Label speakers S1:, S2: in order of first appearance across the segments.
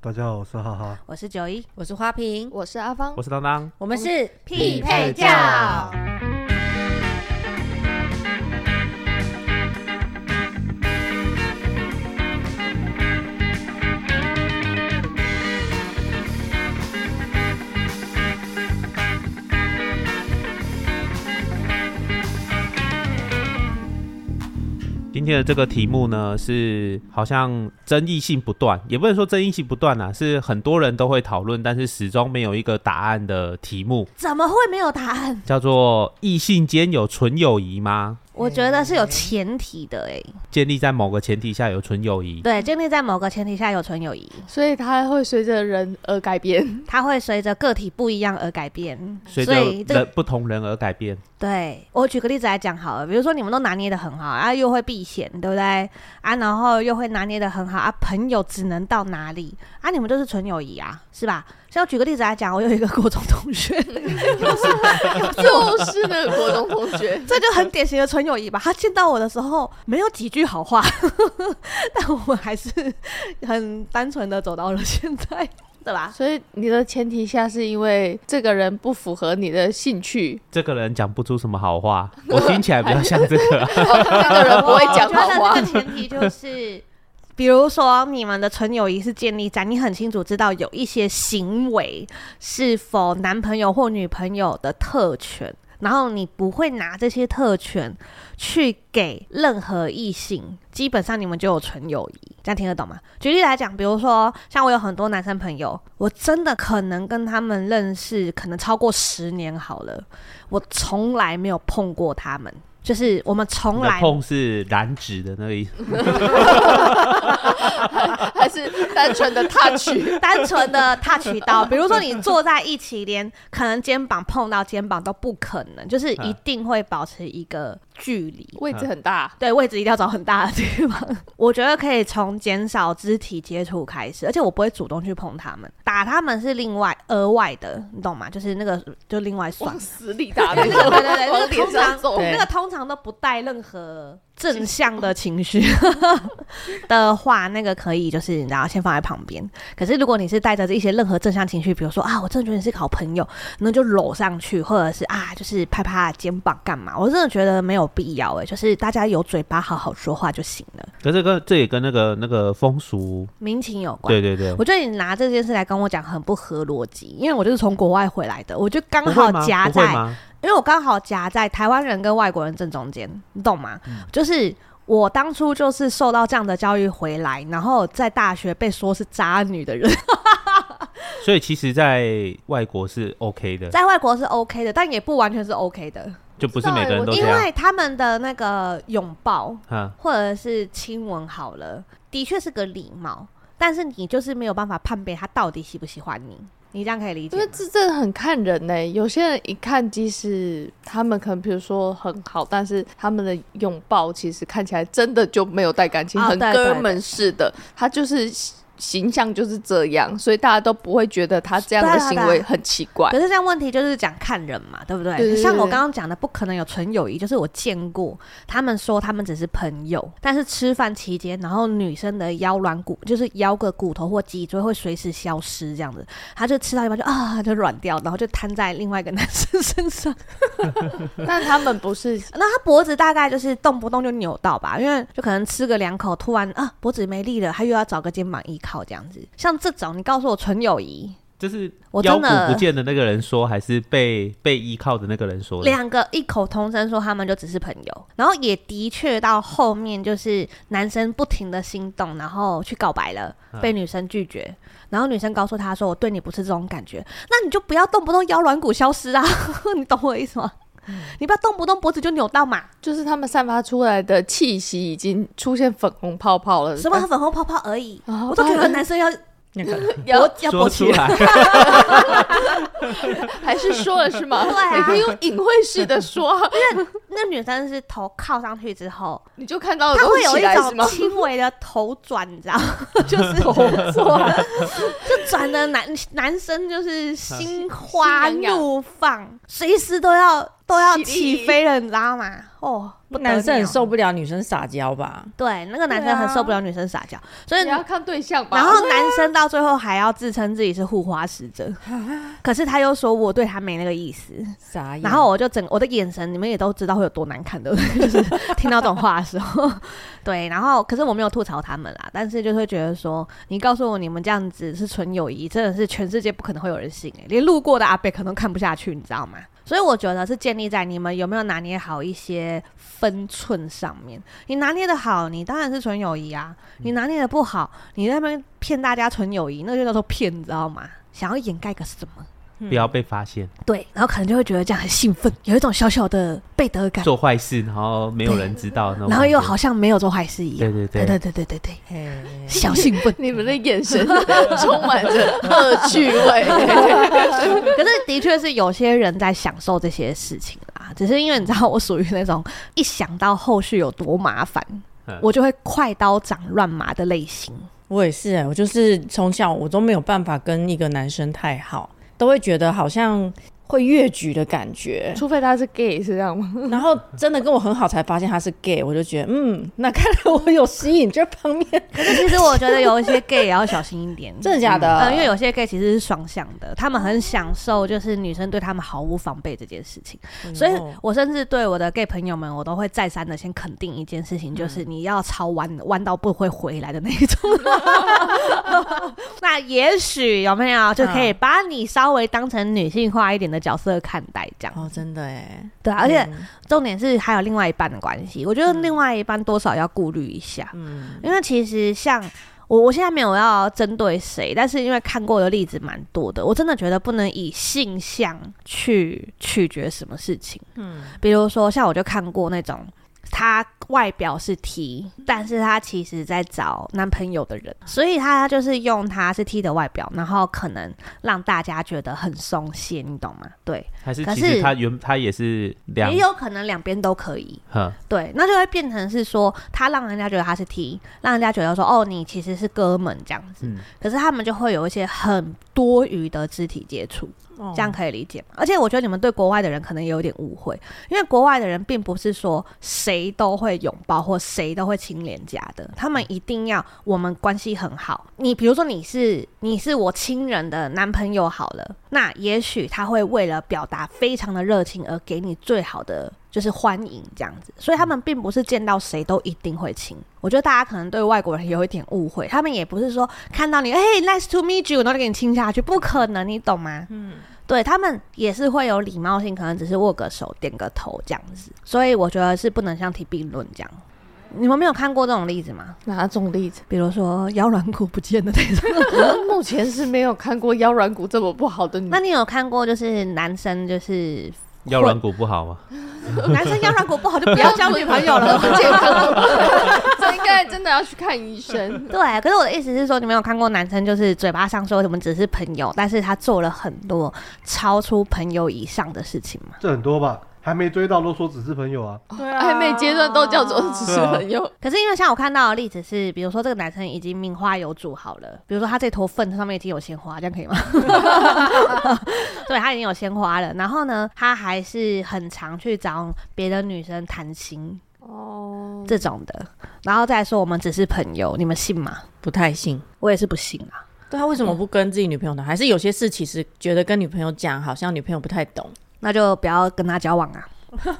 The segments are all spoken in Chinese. S1: 大家好，我是哈哈。
S2: 我是九一，我是花瓶，
S3: 我是阿芳，
S4: 我是当当，
S2: 我们是
S3: 匹配教
S4: 今天的这个题目呢，是好像争议性不断，也不能说争议性不断啦、是很多人都会讨论，但是始终没有一个答案的题目，
S2: 怎么会没有答案？
S4: 叫做“异性间有纯友谊吗？
S2: 我觉得是有前提的哎、
S3: 嗯
S4: 建立在某个前提下有纯友谊
S2: 对，建立在某个前提下有纯友谊，
S3: 所以它会随着人而 改变。
S2: 它会随着个体不一样而改变”，，
S4: 随着
S2: 所以这
S4: 人
S2: 个
S4: 不同人而改变。
S2: 对我举个例子来讲好了，比如说你们都拿捏的很好啊，又会避嫌，对不对啊？然后又会拿捏的很好啊，朋友只能到哪里啊？你们就是纯友谊啊，是吧？像我举个例子来讲，我有一个国中同学，，
S3: 就是那个国中同学
S2: 这就很典型的纯友谊吧。他见到我的时候没有几句好话， 但我们还是很单纯的走到了现在， 对吧？
S3: 所以你的前提下是因为这个人不符合你的兴趣，
S4: 这个人讲不出什么好话，我听起来比较像这 个、啊。
S3: 哦，这样的人不会讲好
S2: 我
S3: 话
S2: 觉得。这个前提就是，比如说你们的纯友谊是建立在你很清楚知道有一些行为是否男朋友或女朋友的特权。然后你不会拿这些特权去给任何异性，基本上你们就有纯友谊，这样听得懂吗？举例来讲，比如说像我有很多男生朋友，我真的可能跟他们认识可能超过十年好了，我从来没有碰过他们，就是我们从
S4: 你的
S2: 来
S4: 碰是染指的那个意思，
S3: 还是单纯的 touch，
S2: 单纯的 touch 到，比如说你坐在一起，连可能肩膀碰到肩膀都不可能，就是一定会保持一个距离。
S3: 位置很大，
S2: 对位置一定要找很大的地方， 我觉得可以从减少肢体接触开始，而且我不会主动去碰他们，打他们是另外额外的，你懂吗？就是那个就另外算
S3: 往，死里打那
S2: 对对
S3: 个，
S2: 对对，那
S3: 往
S2: 个
S3: 脸
S2: 通
S3: 上
S2: 常
S3: 走。
S2: 那个通常都不带任何正向的情绪 的话，那个可以就是你知道先放在旁边。可是如果你是带着一些任何正向情绪，比如说啊，我真的觉得你是个好朋友，那就搂上去，或者是啊，就是拍拍他的肩膀干嘛？我真的觉得没有必要哎、就是大家有嘴巴好好说话就行了，
S4: 可这个这也跟那个那个风俗，
S2: 民情有关。
S4: 对对对，
S2: 我觉得你拿这件事来跟我讲很不合逻辑，因为我就是从国外回来的，我就刚
S4: 不
S2: 好
S4: 会吗？
S2: 夹
S4: 不会
S2: 在
S4: 吗？
S2: 因为我刚好夹在台湾人跟外国人正中间，你懂吗？
S4: 嗯
S2: 就是我当初就是受到这样的教育回来，然后在大学被说是渣女的人，
S4: 所以其实，在外国是 OK 的，
S2: 在外国是 OK 的，但也不完全是 OK 的，
S4: 就不是每个人都
S3: 对
S4: 这
S2: 欸因
S4: 样。
S2: 为他们的那个拥抱
S4: 啊，
S2: 或者是亲吻好了，的确是个礼貌，但是你就是没有办法判别他到底喜不喜欢你，你这样可以理解
S3: 因
S2: 吗
S3: 为？这真的很看人呢、有些人一看，即使他们可能比如说很好，但是他们的拥抱其实看起来真的就没有带感情，
S2: 哦
S3: 很
S2: 对
S3: 哥
S2: 对
S3: 们似的，他就是形象就是这样，所以大家都不会觉得他这样
S2: 对啊
S3: 的
S2: 对啊
S3: 行为很奇怪
S2: 可。是这样问题就是讲看人嘛，对不对？
S3: 对对对
S2: 像我刚刚讲的，不可能有纯友谊，就是我见过他们说他们只是朋友，但是吃饭期间，然后女生的腰软骨就是腰个骨头或脊椎会随时消失这样子，他就吃到一半就啊就软掉，然后就瘫在另外一个男生身上，
S3: 但他们不是
S2: 那他脖子大概就是动不动就扭到吧，因为就可能吃个两口，突然啊脖子没力了，他又要找个肩膀依靠这样子。像这种，你告诉我纯友谊，
S4: 这是
S2: 我
S4: 腰
S2: 真
S4: 骨
S2: 的
S4: 不见的那个人说，还是被被依靠的那个人说的？
S2: 两个异口同声说他们就只是朋友，然后也的确到后面就是男生不停的心动，然后去告白了，被女生拒绝，然后女生告诉他说我对你不是这种感觉，那你就不要动不动腰软骨消失啊， 你懂我意思吗？你不要动不动脖子就扭到嘛，
S3: 就是他们散发出来的气息已经出现粉红泡泡了，
S2: 什么粉红泡泡而已，
S3: 呃但？哦
S2: 我都觉得男生要
S5: 那个
S2: 要要
S4: 说
S2: 播
S4: 出
S2: 起
S4: 来，
S3: 还是说了是吗？
S2: 对啊
S3: 你可以用隐晦式的说，
S2: 那女生是头靠上去之后，
S3: 你就看 到
S2: 她
S3: 东
S2: 会
S3: 西
S2: 有
S3: 起
S2: 一
S3: 来是吗
S2: 种？轻微的头转，你知 道，就是头转，就转的男男生就是心花
S3: 心痒痒
S2: 怒放，随时都要都要
S3: 起立
S2: 起飞了，你知道吗？哦，不得
S5: 男生很
S2: 了
S5: 受不了女生撒娇吧？
S2: 对，那个男生很受不了女生撒娇，所以
S3: 你要看对象
S2: 嗯
S3: 吧。。
S2: 然后男生到最后还要自称自己是护花使 者，可是他又说我对他没那个意思，
S5: 傻眼。
S2: 然后我就整我的眼神，你们也都知道会有多难看，对不对？ 就是听到这种话的时候，对，然后可是我没有吐槽他们啦，但是就会觉得说，你告诉我你们这样子是纯友谊，真的是全世界不可能会有人信、欸，连路过的阿伯可能都看不下去，你知道吗？所以我觉得是建立在你们有没有拿捏好一些分寸上面。你拿捏的好，你当然是纯友谊啊；你拿捏的不好，你在那边骗大家纯友谊，那就叫做骗，你知道吗？想要掩盖个什么？
S4: 不要被 发现，
S2: 对，然后可能就会觉得这样很兴奋，有一种小小的被得感，
S4: 做坏事，然后没有人知道，那种
S2: 然后又
S4: 感觉
S2: 好，像没有做坏事一
S4: 对
S2: 样。
S4: 对
S2: 对对
S4: 对，
S2: 对对对对，
S5: 嘿
S2: 小兴奋
S3: 你们的眼神充满着恶趣 味，
S2: 可是的确是有些人在享受这些事情啦，只是因为你知道我属于那种一想到后续有多麻烦
S4: 嗯，
S2: 我就会快刀斩乱麻的类型。
S5: 我也是、欸，我就是从小我都没有办法跟一个男生太好，都会觉得好像会越矩的感觉。
S3: 除非他是 gay 是这样吗？
S5: 然后真的跟我很好，才发现他是 gay，我就觉得嗯，那看来我有吸引这方面，
S2: 可是其实我觉得有一些 gay 也要小心一 点，
S5: 真的假的？
S2: 嗯，因为有些 gay 其实是双向的，他们很享受就是女生对他们毫无防备这件事情，
S5: 哎呦
S2: 所以我甚至对我的 gay 朋友们，我都会再三的先肯定一件事情，
S5: 嗯
S2: 就是你要超弯弯到不会回来的那一 种。那也许有没有就可以把你稍微当成女性化一点的角色看待，这样、
S5: 哦，真的哎，
S2: 对，啊而且
S5: 嗯
S2: 重点是还有另外一半的关系，我觉得另外一半多少要顾虑一下，
S5: 嗯
S2: 因为其实像我，我现在没有要针对谁，但是因为看过的例子蛮多的，我真的觉得不能以性向去取决什么事情。嗯，比如说像我就看过那种。她外表是 T，但是她其实在找男朋友的人，所以她就是用她是 T 的外表，然后可能让大家觉得很松懈，你懂吗？对，
S4: 还是
S2: 可
S4: 其实
S2: 是
S4: 他原他也是两
S2: 也，有可能两边都可以，
S4: 呵
S2: 对，那就会变成是说，他让人家觉得他是 T，让人家觉得说，哦，你其实是哥们这样子。
S4: 嗯
S2: 可是他们就会有一些很多余的肢体接触，
S5: 哦
S2: 这样可以理解吗？而且我觉得你们对国外的人可能也有点误会，因为国外的人并不是说谁都会拥抱或谁都会亲脸颊的，他们一定要我们关系很好。你比如说你是你是我亲人的男朋友好了，那也许他会为了表达非常的热情而给你最好的。就是欢迎这样子，所以他们并不是见到谁都一定会亲。我觉得大家可能对外国人有一点误会，他们也不是说看到你，哎、n i c e to meet you，然后就给你亲下去，不可能，你懂吗？对他们也是会有礼貌性，可能只是握个手、点个头这样子，所以我觉得是不能相提并论这样。你们没有看过这种例子吗？
S3: 哪种例子？
S2: 比如说腰软骨不见的那种，
S3: 目前是没有看过腰软骨这么不好的 女，
S2: 那。你有看过就是男生就是
S4: 腰软骨不好吗？
S2: 呃男生腰软骨不好就不要交女朋友了
S3: 不健康， 这应该真的要去看医生。
S2: 对，可是我的意思是说，你们有看过男生就是嘴巴上说我们只是朋友，但是他做了很多超出朋友以上的事情吗？
S1: 这很多吧？还没追到都说只是朋友啊，
S3: 暧昧阶段都叫做只是朋友，
S2: 可是因为像我看到的例子是，比如说这个男生已经名花有主好了，比如说他这坨粪上面已经有鲜花，这样可以吗？ 对他已经有鲜花了，然后呢，他还是很常去找别的女生谈心
S3: 哦，
S2: 这种的，然后再说我们只是朋友，你们信吗？
S5: 不太嗯信。
S2: 我也是不信啊。
S5: 对他为什么不跟自己女朋友呢？还是有些事其实觉得跟女朋友讲，好像女朋友不太懂。
S2: 那就不要跟他交往 啊！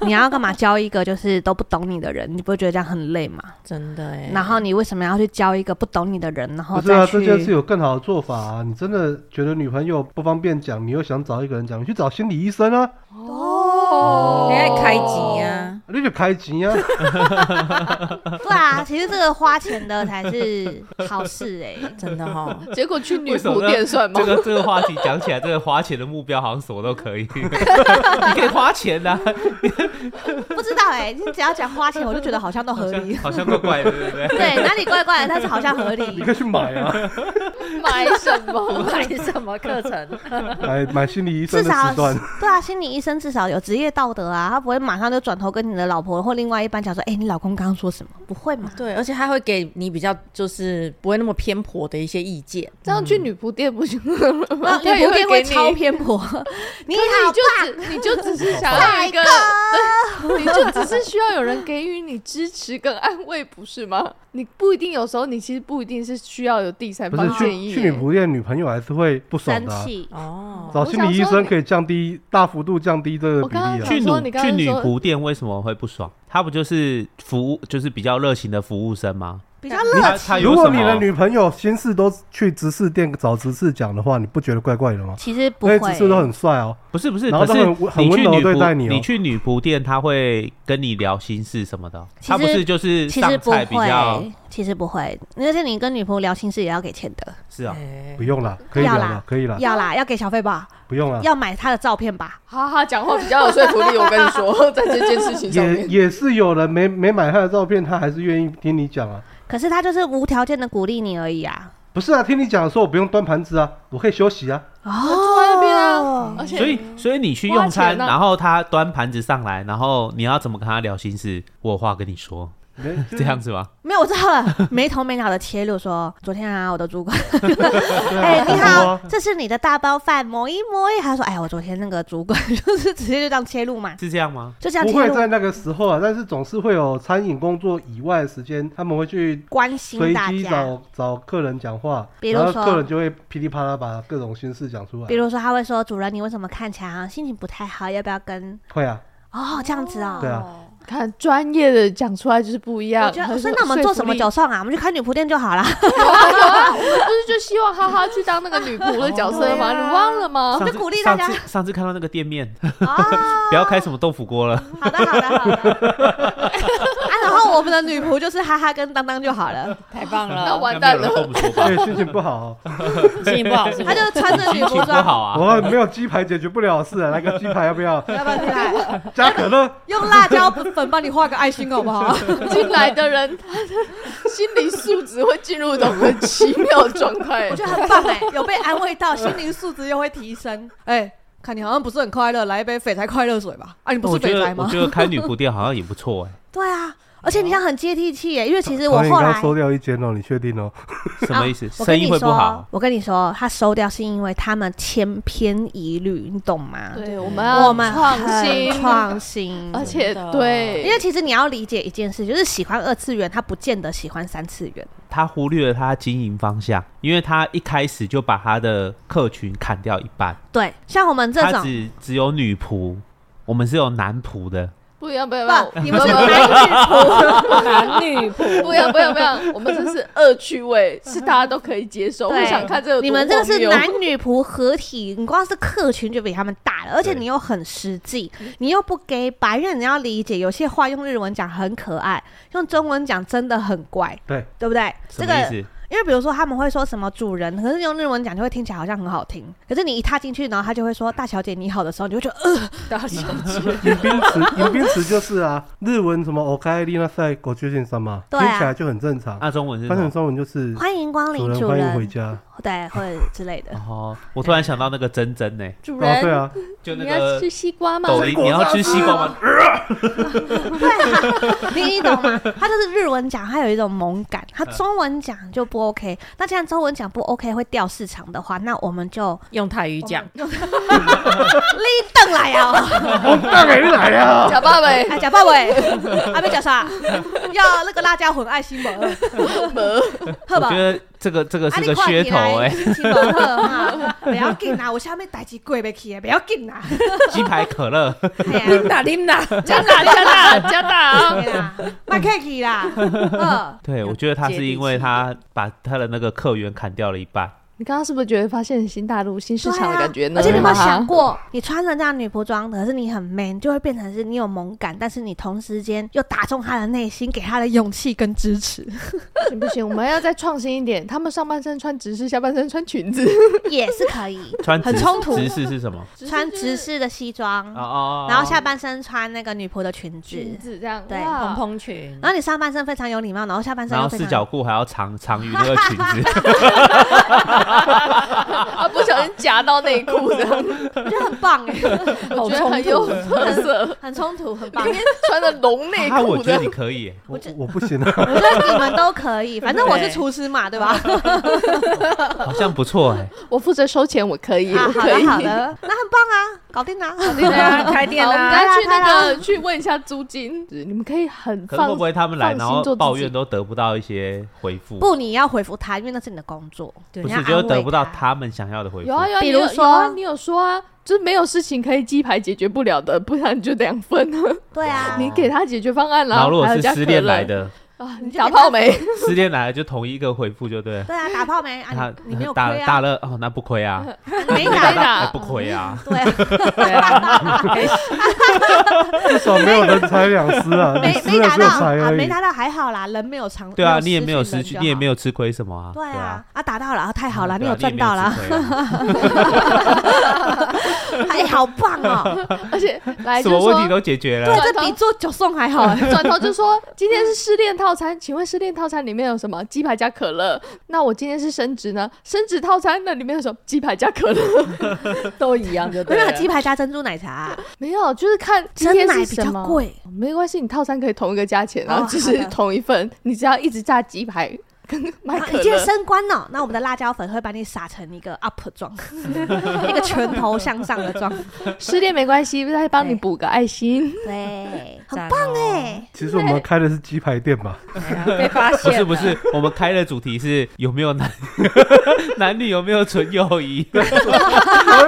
S2: 你要干嘛交一个就是都不懂你的人？你不会觉得这样很累吗？
S5: 真的哎，
S2: 然后你为什么要去交一个不懂你的人？然后
S1: 不是啊，
S2: 哦再
S1: 这
S2: 去
S1: 件事有更好的做法啊！你真的觉得女朋友不方便
S2: 哦
S1: 讲，你又想找一个人讲，你去找心理医生啊！
S2: 哎
S5: 恋爱开集啊，
S1: 你就开钱啊！
S2: 对啊，其实这个花钱的才是好事哎、
S5: 哦真的哈、
S3: 结果去女
S4: 为什么
S3: 仆
S4: 呢
S3: 店算吗
S4: 这？个这个话题讲起来，这个花钱的目标好像什么都可以， 你可以花钱的、啊，
S2: 不知道哎、你只要讲花钱，我就觉得好像都合理。
S4: 好像怪怪的，对不对？
S2: 对，哪里怪怪的，但是好像合理
S1: 你。可以去买啊，
S3: 买什么？
S5: 买 什么课程？
S1: 买买心理医生
S2: 至
S1: 的
S2: 少
S1: 时段，
S2: 对啊，心理医生至少有职业道德啊，他不会马上就转头跟你的老婆或另外一半讲说，哎、你老公刚刚说什么？不会嘛？
S5: 对，而且他会给你比较就是不会那么偏颇的一些意见。
S3: 这样去女仆店不就？
S2: 那
S3: 哦他也
S2: 有点
S3: 给
S2: 会
S3: 你
S2: 超偏颇。你
S3: 可
S2: 好
S3: 是你就只你就只是想要一个，对，你就只是需要有人给予你支持跟安慰，不是吗？你不一定有时候你其实不一定是需要有第三
S1: 不是
S3: 方
S1: 去
S3: 建议耶。
S1: 去女仆店，女朋友还是会不爽
S2: 生
S1: 的啊。
S2: 气，
S5: 哦，
S1: 找心理医
S3: 我想说
S1: 生
S3: 你
S1: 可以降低大幅度降低这个
S3: 我
S1: 比
S3: 刚刚
S1: 例啊
S3: 想。
S4: 去
S3: 说
S4: 女
S3: 你刚刚
S4: 去女
S3: 说
S4: 仆店为什么会不爽？他不就是服务，就是比较热情的服务生吗？
S2: 比较
S4: 他
S2: 热
S4: 他
S2: 情。
S4: 有
S1: 如果
S4: 什
S1: 你
S4: 么
S1: 的女朋友心事都去直视店找直视讲的话，你不觉得怪怪的吗？
S2: 其实不
S1: 因
S2: 会
S1: 为，直视都很帅哦。
S4: 不是不是，
S1: 然后
S4: 可
S1: 都
S4: 是
S1: 很温很
S4: 你
S1: 温
S4: 去
S1: 柔
S4: 女
S1: 对待
S4: 仆
S1: 你哦
S4: 去女仆店，他会跟你聊心事什么的哦。
S2: 其
S4: 他不
S2: 实
S4: 是就是
S2: 其实
S4: 上
S2: 不
S4: 菜比较
S2: 会，其实不会。而且你跟女朋友聊心事也要给钱的，
S4: 是啊，
S5: 哎
S1: 不用啦，可以
S2: 要
S1: 聊
S2: 啦
S1: 啦，可以啦，
S2: 要啦，要给小费吧，
S1: 不用啦。
S2: 要买她的照片吧。
S3: 哈哈，讲话比较有说服力。我跟 你说，在这件事情上
S1: 也
S3: 面，
S1: 也是有人没没买他的照片，他还是愿意听你讲啊。
S2: 可是她就是无条件的鼓励你而已啊。
S1: 不是啊，听你讲的时候我不用端盘子啊，我可以休 息啊。
S3: 我坐在那边啊，
S2: 哦
S3: 而且
S4: 所以所以你去
S3: 花
S4: 用餐，
S3: 钱啊
S4: 然后他端盘子上来，然后你要怎么跟他聊心事？我有话跟你说，
S1: 没
S4: 这样子吗？
S2: 没有，我知道了，没头没脑的切入说，昨天啊，我的主管，
S1: 对
S2: 哎、
S1: 啊，
S2: 你
S1: 差不多
S2: 好
S1: 啊，
S2: 这是你的大包饭，摸一摸一。他说，哎，我昨天那个主管 就是直接就这样切入嘛，
S4: 是这样吗？
S2: 就这样
S1: 不
S2: 切
S1: 会
S2: 入
S1: 在那个时候啊，但是总是会有餐饮工作以外的时间，他们会去
S2: 关
S1: 随
S2: 心大
S1: 机哦
S2: 家。
S1: 找找客人讲话，
S2: 比如
S1: 然后
S2: 说
S1: 客人就会噼里啪啦把各种心事讲出来
S2: 比。如说，他会说，主人，你为什么看起来好像心情不太好？要不要跟？
S1: 会啊，
S2: 哦，这样子哦。
S1: 对啊，
S3: 看专业的讲出来就是不一样。
S2: 我觉得，
S3: 很
S2: 所以
S3: 有
S2: 那我们
S3: 啊说
S2: 做
S3: 服
S2: 什么
S3: 力
S2: 酒送啊？我们去开女仆店就好啦。
S3: 就是就希望哈哈去当那个女仆的角色 吗？
S2: 啊
S3: 你忘了吗？
S4: 上
S2: 哦就
S4: 次
S2: 鼓励大
S4: 上
S2: 家
S4: 次上次看到那个店面，
S2: 哦，
S4: 不要开什么豆腐锅了。
S2: 好的，好的，好的。啊，然后我们的女仆就是哈哈跟当当就好了，
S5: 太棒
S3: 那
S5: 了，
S3: 完蛋
S4: 应该没有人跟我
S3: 了，
S4: 们说吧
S1: 所以心情不好
S4: 啊
S1: 哦，
S5: 心情不好是不
S2: 她
S5: 是？
S2: 就穿着女
S4: 心情
S2: 仆
S4: 不
S2: 装，
S4: 好啊。
S1: 我没有鸡排解决不了的事啊，来个鸡排要不要？
S2: 要不要进来？
S1: 加可乐，
S2: 用辣椒粉帮你画个爱心好不好？
S3: 进来的人他的心理素质会进入一种很奇妙的状态
S2: 我。觉得很棒哎、有被安慰到，心灵素质又会提升。哎、看你好像不是很快乐，来一杯肥宅快乐水吧。啊，你不
S4: 我
S2: 是
S4: 觉
S2: 肥
S4: 得
S2: 宅
S4: 我
S2: 吗？
S4: 觉得开女仆店好像也不错 哎、
S2: 对啊，而且你这样很接地气耶、因为其实我
S1: 导演
S2: 后
S1: 刚
S2: 来
S1: 刚。收掉一间哦，你确定哦？
S4: 什么意思？
S2: 啊我
S4: 生
S2: 跟你
S4: 意会不
S2: 说
S4: 好，？
S2: 我跟你说，他收掉是因为他们千篇一律，你懂吗？
S3: 对，我们
S2: 我
S3: 要
S2: 们
S3: 创
S2: 很
S3: 新，
S2: 创新，
S3: 而且
S5: 真的
S3: 对，
S2: 因为其实你要理解一件事，就是喜欢二次元，他不见得喜欢三次元。
S4: 他忽略了他经营方向，因为他一开始就把他的客群砍掉一半，
S2: 对，像我们这
S4: 他
S2: 种，
S4: 只只有女仆，我们是有男仆的。
S3: 不一样，不一样，
S2: 不，你们是
S3: 不
S2: 男
S3: 一
S2: 女
S3: 样
S2: 仆，
S5: 男女 仆
S3: 不一样，不一样，不一样，我们这是恶 趣味，是大家都可以接受。
S2: 对
S3: 我想看这个，
S2: 你们这个 是男，女仆合体，你光是客群就比他们大了，而且你又很实际，你又不 gay 白，因为你要理解，有些话用日文讲很可爱，用中文讲真的很怪，
S1: 对
S2: 对不对？
S4: 什
S2: 这
S4: 么意
S2: 个
S4: 思？
S2: 因为比如说他们会说什么主人，可是用日文讲就会听起来好像很好听，可是你一踏进去，然后他就会说大小姐你好的时候，你就会觉得呃，
S3: 大小 姐，
S1: 迎宾词， 迎宾词就是啊，日文什么 “okai l i na sai go j u 什么，
S2: 对
S1: 听
S2: 啊
S1: 起来就很正常。
S4: 那、中文是什
S1: 翻成
S4: 么？
S1: 中文就是
S2: 欢迎光临
S1: 主人
S2: 主
S1: 欢迎回
S2: 人，
S1: 家。
S2: 对，或者之类的。
S4: 哦，我突然想到那个珍珍呢，
S3: 主
S1: 哦，对
S3: 人，
S1: 啊，
S4: 就那
S3: 你要
S4: 个
S3: 吃西瓜吗？
S4: 抖音，你要吃西瓜吗？
S2: 对啊，你你懂 吗？他就是日文讲，他有一种萌感；他
S4: 嗯
S2: 中文讲就不 OK。那既然中文讲不 OK 会掉市场的话，那我们就
S5: 用泰语讲，
S2: 立凳来 啊！
S1: 我大给你来啊！
S3: 假爸爸，欸
S2: 哎，假爸爸，还没讲啥？要那个辣椒混爱心吧，好
S4: 我
S2: 吧
S4: 觉？得这个这个
S2: 啊，
S4: 是
S2: 你
S4: 个
S2: 快
S4: 噱
S2: 起
S4: 头
S2: 来，
S4: 哎，
S2: 心情不好哈，不要紧啊，我下面代志过不去的，不要紧 啊。
S4: 鸡排 可乐，
S2: 哎呀
S5: 听打听打，
S3: 加大，加大，加大啊！
S2: 对啦，卖客气啦，嗯，
S4: 对我觉得他是因为他把他的那个客源砍掉了一半，
S3: 你刚刚是不是觉得发现新大陆、新市
S2: 对
S3: 场的
S2: 啊
S3: 感觉呢？
S2: 而且你有没有
S3: 哈哈
S2: 想过，你穿着这样女仆装，可是你很 man，就会变成是你有萌感，但是你同时间又打中他的内心，给他的勇气跟支 持。
S3: 不行不行，我们要再创新一点。他们上半身穿直视，下半身穿裙子，
S2: 也是可 以
S4: 穿
S2: 很
S4: 直
S2: 冲突
S4: 直视是什么？
S2: 穿直视的西装，
S4: 哦哦，
S2: 然后下半身穿那个女仆的裙子，
S3: 裙子这样，
S2: 对
S5: 蓬
S3: 哇
S5: 蓬裙，
S2: 然后你上半身非常有礼貌，然后下半身
S4: 然
S2: 又
S4: 后
S2: 非
S4: 四
S2: 常
S4: 角裤还要长长于那个裙子，
S3: 啊，不小心夹到内裤这 样，
S2: 我觉得很 棒哎、
S3: 我觉得很 有特 色。
S2: 很冲突，很棒
S3: 里。面穿的龙内
S4: 啊我
S3: 裤
S4: 觉得
S3: 的
S4: 你，可以耶，
S1: 我
S2: 这
S1: 我不行啊，
S2: 我觉得你们都可以，反正我是
S5: 对
S2: 厨师嘛，对 吧？
S4: 好像不错哎。
S3: 我负责收钱，我可以，
S2: 啊，
S3: 我
S2: 好
S3: 可以。
S2: 的好的，那很棒啊，搞定啦、啊。
S5: 对啊，开店
S3: 好，我们大
S5: 啦，
S3: 家去那
S2: 开啦啊
S3: 个去问一下租金，你们可以很
S4: 可是
S3: 放
S4: 会不会他们来
S3: 放心
S4: 然后
S3: 做自己
S4: 抱怨都得不到一些回复？
S2: 不，你要回复他，因为那是你的工作，
S5: 对
S4: 不
S2: 你
S4: 是
S2: 要，
S4: 就是
S2: 安慰
S4: 得不到
S2: 他。
S4: 他们想要的回复
S3: 有。啊有啊，
S2: 比
S3: 你
S2: 如
S3: 有有
S2: 说
S3: 啊，你有说啊，就是没有事情可以鸡排解决不了的，不然你就两份 啊，
S2: 对啊，
S4: 哦
S3: 你给他解决方案
S4: 然后如
S3: 啦，
S4: 果
S3: 还有
S4: 是
S3: 加可
S4: 失恋
S3: 乐
S4: 来的，
S3: 啊，你打炮没？
S4: 失恋来的就同一个回复就对了。
S2: 对啊，打炮没啊
S4: 他？
S2: 你你没有亏
S4: 打大
S2: 啊？
S4: 乐哦，那不亏啊，
S2: 你没
S3: 打
S2: 打。
S4: 哎不亏啊。
S2: 对啊，
S5: 对啊，
S1: 至少没有人财两失啊，你
S2: 没
S1: 失
S2: 没
S1: 了
S2: 达
S1: 只有
S2: 到
S1: 财
S2: 啊，
S1: 而
S2: 没
S1: 已。
S2: 达到还好啦，人没有长。
S4: 对啊，你也没有失
S2: 人
S4: 去，
S2: 就
S4: 你也
S2: 好
S4: 没。有吃亏什么啊。
S2: 对啊
S4: 啊，，
S2: 啊打到了，啊太好了，
S4: 对
S2: 有
S4: 啊
S2: 赚到啦，
S4: 你也没有吃亏啊
S2: 哎，好棒哦！
S3: 而且 来
S4: 什
S3: 就
S4: 么问题
S3: 说。呃
S4: 都解决
S2: 对啊
S4: 了。，
S2: 这比做九送还好哎。
S3: 转头就说今天是失恋套餐，请问失恋套餐里面有什么？鸡排加可乐。那我今天是升职呢？升职套餐那里面有什么？鸡排加可乐。
S5: 都一样就
S2: 没
S5: 对
S2: 有
S5: 了。
S2: 鸡排加珍珠奶茶，
S3: 没有，就是看今
S2: 真
S3: 天
S2: 奶
S3: 是
S2: 比
S3: 什么
S2: 较。贵。
S3: 没关系，你套餐可以同一个价钱，然
S2: 哦
S3: 后就
S2: 好
S3: 是
S2: 的
S3: 同一份，你只要一直炸鸡排跟买
S2: 啊
S3: 可
S2: 你今天
S3: 乐。
S2: 升官了，那我们的辣椒粉会把你撒成一个 up 状， 一个拳头向上的状。
S3: 失恋没关系，再帮你
S2: 对
S3: 补个爱心。
S2: 对，很
S5: 赞哦
S2: 棒哎！
S1: 其实我们开的是鸡排店 吧？
S5: 哎呀被发
S4: 不
S5: 现
S4: 是
S5: 了
S4: 不是，我们开的主题是有没有男 男女有没有纯友谊？
S2: 我们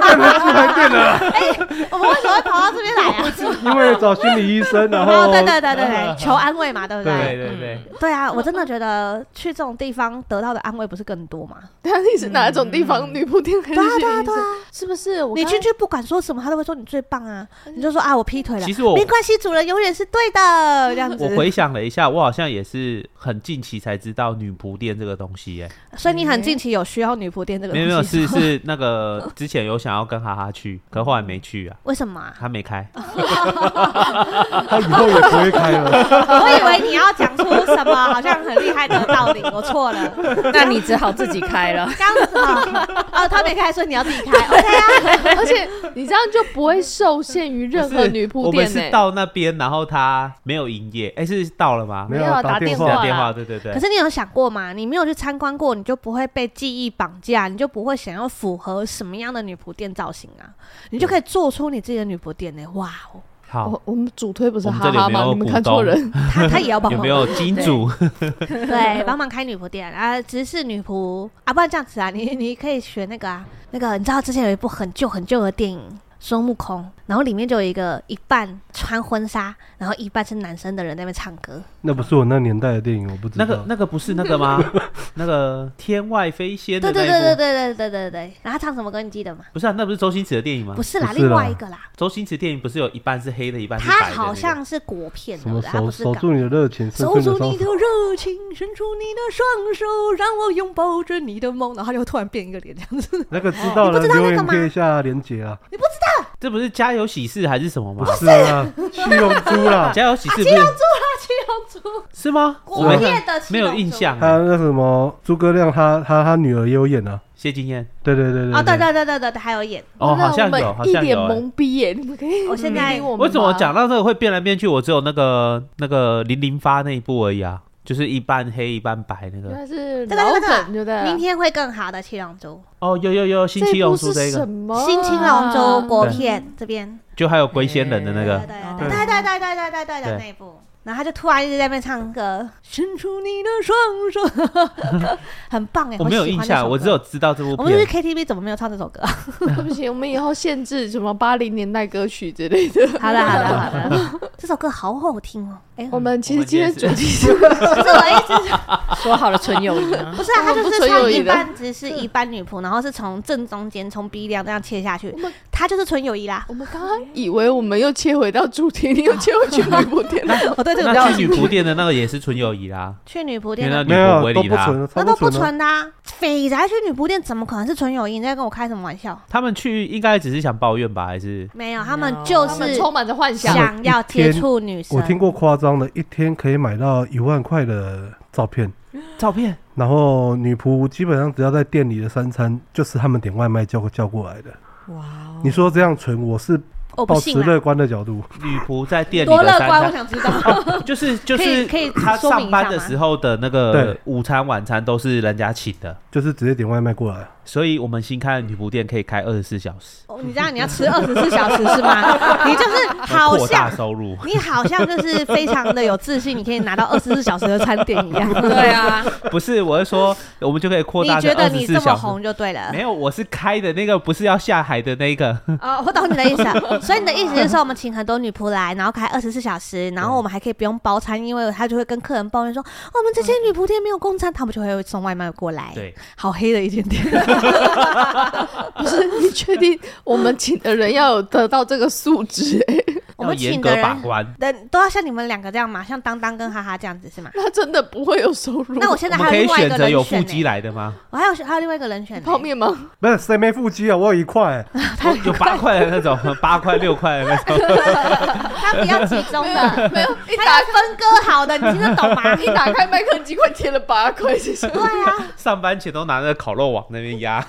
S2: 为什么会跑到这边来啊？
S1: 啊因为找心理医生，然
S2: 哦，
S1: 后
S2: 对对对对对，求安慰嘛，对不
S4: 嗯对
S2: 对？
S4: 对对，
S2: 对啊，我真的觉得去这种地方得到的安慰不是更多吗？
S3: 但你是哪种地方？女仆店还是
S2: 对啊对啊对
S3: 心理医生
S2: 啊！
S3: 是不是？我
S2: 你
S3: 刚
S2: 去去不管说什么，他都会说你最棒啊！你就说啊，我劈腿了
S4: 其，实我
S2: 没关系，主人永远是对的，这样
S4: 我
S2: 子。
S4: 回想了一下，我好像也是很近期才知道女仆店这个东西耶、
S2: 所以你很近期有需要女仆店这个
S4: 没有没有
S2: 东西？
S4: 是是那个之前有想要跟哈哈去，可后来没去啊，
S2: 为什么啊？
S4: 他没开。
S1: 他以后也不会开 了。
S2: 我以为你要讲出什么好像很厉害的道理，我错了。
S5: 那你只好自己开了。
S2: 刚哦，哦，他没开，所以你要自己开。OK 啊，
S3: 而且你这样就不会受限于任何
S4: 是
S3: 女仆
S4: 我
S3: 店欸
S4: 们
S3: 呢、
S2: 欸
S4: 是到那边，然后他没有营业，哎、是到了吗？
S1: 没有
S3: 有啊
S1: 打
S3: 电
S1: 电
S4: 是
S1: 话
S4: 打
S3: 啦
S4: 电话，对对对
S2: 可。是你有想过吗？你没有去参观过，你就不会被记忆绑架，你就不会想要符合什么样的女仆店造型啊？你就可以做出你自己的女仆店呢、哇 哦，
S4: 好，
S3: 我我们主推不是
S4: 我们
S3: 哈
S4: 这里有
S3: 哈
S4: 没
S3: 吗？
S4: 有
S3: 你们
S4: 股
S3: 看错
S4: 东
S3: 人，
S2: 他他也要帮
S4: 有
S2: 忙，
S4: 没有金主？
S2: 对，帮忙开女仆店啊，只是女仆啊，不然这样子啊，你你可以学那个啊，那个你知道之前有一部很旧很旧的电影。孙悟空，然后里面就有一个一半穿婚纱，然后一半是男生的人在那边唱歌，
S1: 那不是我那年代的电影，我不知
S4: 那
S1: 道。
S4: 个那个不是那个吗？那个天外飞仙的
S2: 对对
S4: 那一
S2: 对对
S4: 部，
S2: 对对对对对。然后他唱什么歌你记得吗？
S4: 不是啊，那不是周星驰的电影吗
S2: 不？是啦，
S1: 不是啦
S2: 另外一个啦，
S4: 周星驰电影不是有一半是黑的，一半是白的、
S2: 他
S4: 那个
S2: 好像是国片，
S1: 什
S2: 对不
S1: 么
S2: 对？他
S1: 守
S2: 啊不是
S1: 守
S2: 港。
S1: 住你的热情，深
S2: 守
S1: 深的
S2: 住
S1: 烧
S2: 你的热情，伸出你的双手，让我拥抱着你的梦。然后他就突然变一个脸这样子。
S1: 那个知道
S2: 你不
S1: 了，
S2: 知道那个
S1: 留言
S2: 吗
S1: 贴一下连结啊。
S4: 这不是家有喜事还是什么吗
S1: 不？是啊，七龙珠 啦，
S4: 家有喜事不是？
S2: 啊七龙珠，
S4: 是吗？我
S2: 国
S4: 没
S2: 片的七
S4: 没
S2: 龙珠
S4: 有印象
S1: 还
S4: 啊。
S1: 有那什么诸葛亮他他他女儿也有演啊。
S4: 谢金燕
S1: 对对对
S2: 哦，对对对对对，对还有演。
S4: 哦，
S3: 那
S4: 好像
S3: 我们
S4: 有，好
S3: 一
S4: 像
S3: 脸
S4: 有、欸。
S3: 懵逼耶、你们可以
S2: 我现在
S3: 理我们
S4: 我怎么
S3: 吗
S4: 讲到这个会变来变去？我只有那个那个零零发那一部而已啊，就是一半黑一半白那
S3: 原
S4: 个。
S3: 来是
S2: 这个
S3: 老
S2: 这个
S3: 梗，对不对？
S2: 明天会更好的七龙珠，
S4: 哦，有有有，新
S3: 这
S4: 七
S3: 一
S4: 龙
S3: 部
S4: 珠
S3: 是
S4: 这
S3: 什
S4: 个，
S3: 么啊？
S2: 新青龙珠国片这边。
S4: 就还有龟仙人的那
S2: 对
S4: 个
S2: 对对
S5: 哦
S2: 对对对对对对对对
S4: 对
S2: 那一部。然后他就突然一直在那边唱歌，伸出你的双手，很棒哎！
S4: 我没有
S2: 喜
S4: 印
S2: 欢这
S4: 象，
S2: 首
S4: 我
S2: 歌
S4: 只有知道这部
S2: 我们去
S4: 片。
S2: KTV 怎么没有唱这首歌？
S3: 对不起，我们以后限制什么八零年代歌曲之类的。
S2: 好的，好的，好的，这首歌好好听哦。哎，
S3: 我们
S4: 我
S3: 其实
S4: 们
S3: 今天
S4: 今
S3: 主
S4: 天
S3: 题是不
S2: 不是我意思是，
S5: 说好了纯友谊吗？
S2: 不 是啊，他
S3: 我们
S2: 就
S3: 不
S2: 是
S3: 纯友
S2: 唱
S3: 谊
S2: 一
S3: 的
S2: 半只是一般女仆，然后是从正中间从鼻梁这样切下去
S3: 我们，
S2: 他就是纯友谊啦。
S3: 我们刚刚以为我们又切回到主题，你又切回 去女仆店了。
S2: 哦我对这个比较
S4: 那去女仆店的那个也是纯友谊 啦，
S2: 去女仆
S4: 因为
S2: 店
S4: 那
S2: 的，
S4: 女
S1: 没
S4: 仆不
S1: 有
S4: 会
S1: 都
S4: 理
S1: 不
S4: 他。
S1: 纯，
S2: 那都不
S1: 纯啊。
S2: 纯的啊！匪宅去女仆店怎么可能是纯友谊？你在跟我开什么玩笑？
S4: 他们去应该只是想抱怨吧，还是
S2: 没有，他们就
S3: 他们
S2: 是
S3: 充满着幻想，
S2: 想要接触女生。
S1: 我听过夸张的，一天可以买到一万块的照片，
S4: 照片？
S1: 然后女仆基本上只要在店里的三餐，就是他们点外卖叫叫过来的。
S5: 哇哦，
S1: 你说这样纯，我是
S2: 我不
S1: 保持
S2: 信啊！
S1: 乐观的角度，
S4: 女仆在店里
S2: 多
S4: 的
S2: 乐
S4: 三
S2: 观，我
S4: 餐，
S2: 想知道。
S4: 就是就
S2: 可以
S4: 是
S2: 可以
S4: 他
S2: 说明
S4: 上
S2: 一
S4: 班
S2: 下
S4: 的
S2: 吗
S4: 时候的那个
S1: 对
S4: 午餐晚餐都是人家请的，
S1: 就是直接点外卖过来。
S4: 所以我们新开的女仆店可以开二十四小时，
S2: 哦你知道你要吃二十四小时是吗？你就是好
S4: 扩
S2: 像
S4: 大收入。
S2: 你好像就是非常的有自信，你可以拿到二十四小时的餐点一样。
S5: 对啊，
S4: 不是，我是说我们就可以扩
S2: 你
S4: 大
S2: 觉
S4: 成
S2: 得
S4: 二
S2: 你
S4: 十
S2: 这
S4: 四
S2: 么
S4: 小时。
S2: 红就对了
S4: 没。有，我是开的那个，不是要下海的那个。
S2: 哦，我懂你的 意思了。所以你的意思是说，我们请很多女仆来，然后开二十四小时，然后我们还可以不用包餐，因为他就会跟客人抱怨说，哦我们这些女仆店没有供餐，他们就会送外卖过来。，
S4: 对，
S2: 好黑的一间店。
S3: 不是？ 你确定我们请的人要有得到这个素质、 欸？
S2: 我
S4: 要
S2: 们
S4: 严
S2: 请
S4: 格
S2: 的
S4: 把
S2: 人
S4: 关。
S2: 人都要像你们两个这样嘛，像当当跟哈哈这样子是 吗？
S3: 那真的不会有收入。
S2: 那我现
S4: 我
S2: 在
S4: 们
S2: 还
S4: 可
S2: 有
S4: 以
S2: 另外一
S4: 选
S2: 个
S4: 择有
S2: 人
S4: 腹
S2: 选欸
S4: 肌
S2: 呢、
S4: 来 的吗？
S2: 我还有还有另外一个人选、呢
S3: 泡面吗？
S1: 不是谁没腹肌啊？我有一 块，
S4: 哦有八块的那种， 八块六块的那 种。
S2: 他比较集中的，
S3: 没有，一
S2: 他
S3: 打
S2: 要分割好的，你听得 懂吗？
S3: 一打开麦克鸡块贴了八块，是什么？
S2: 对啊，
S4: 上班前都拿那个烤肉网那边 压，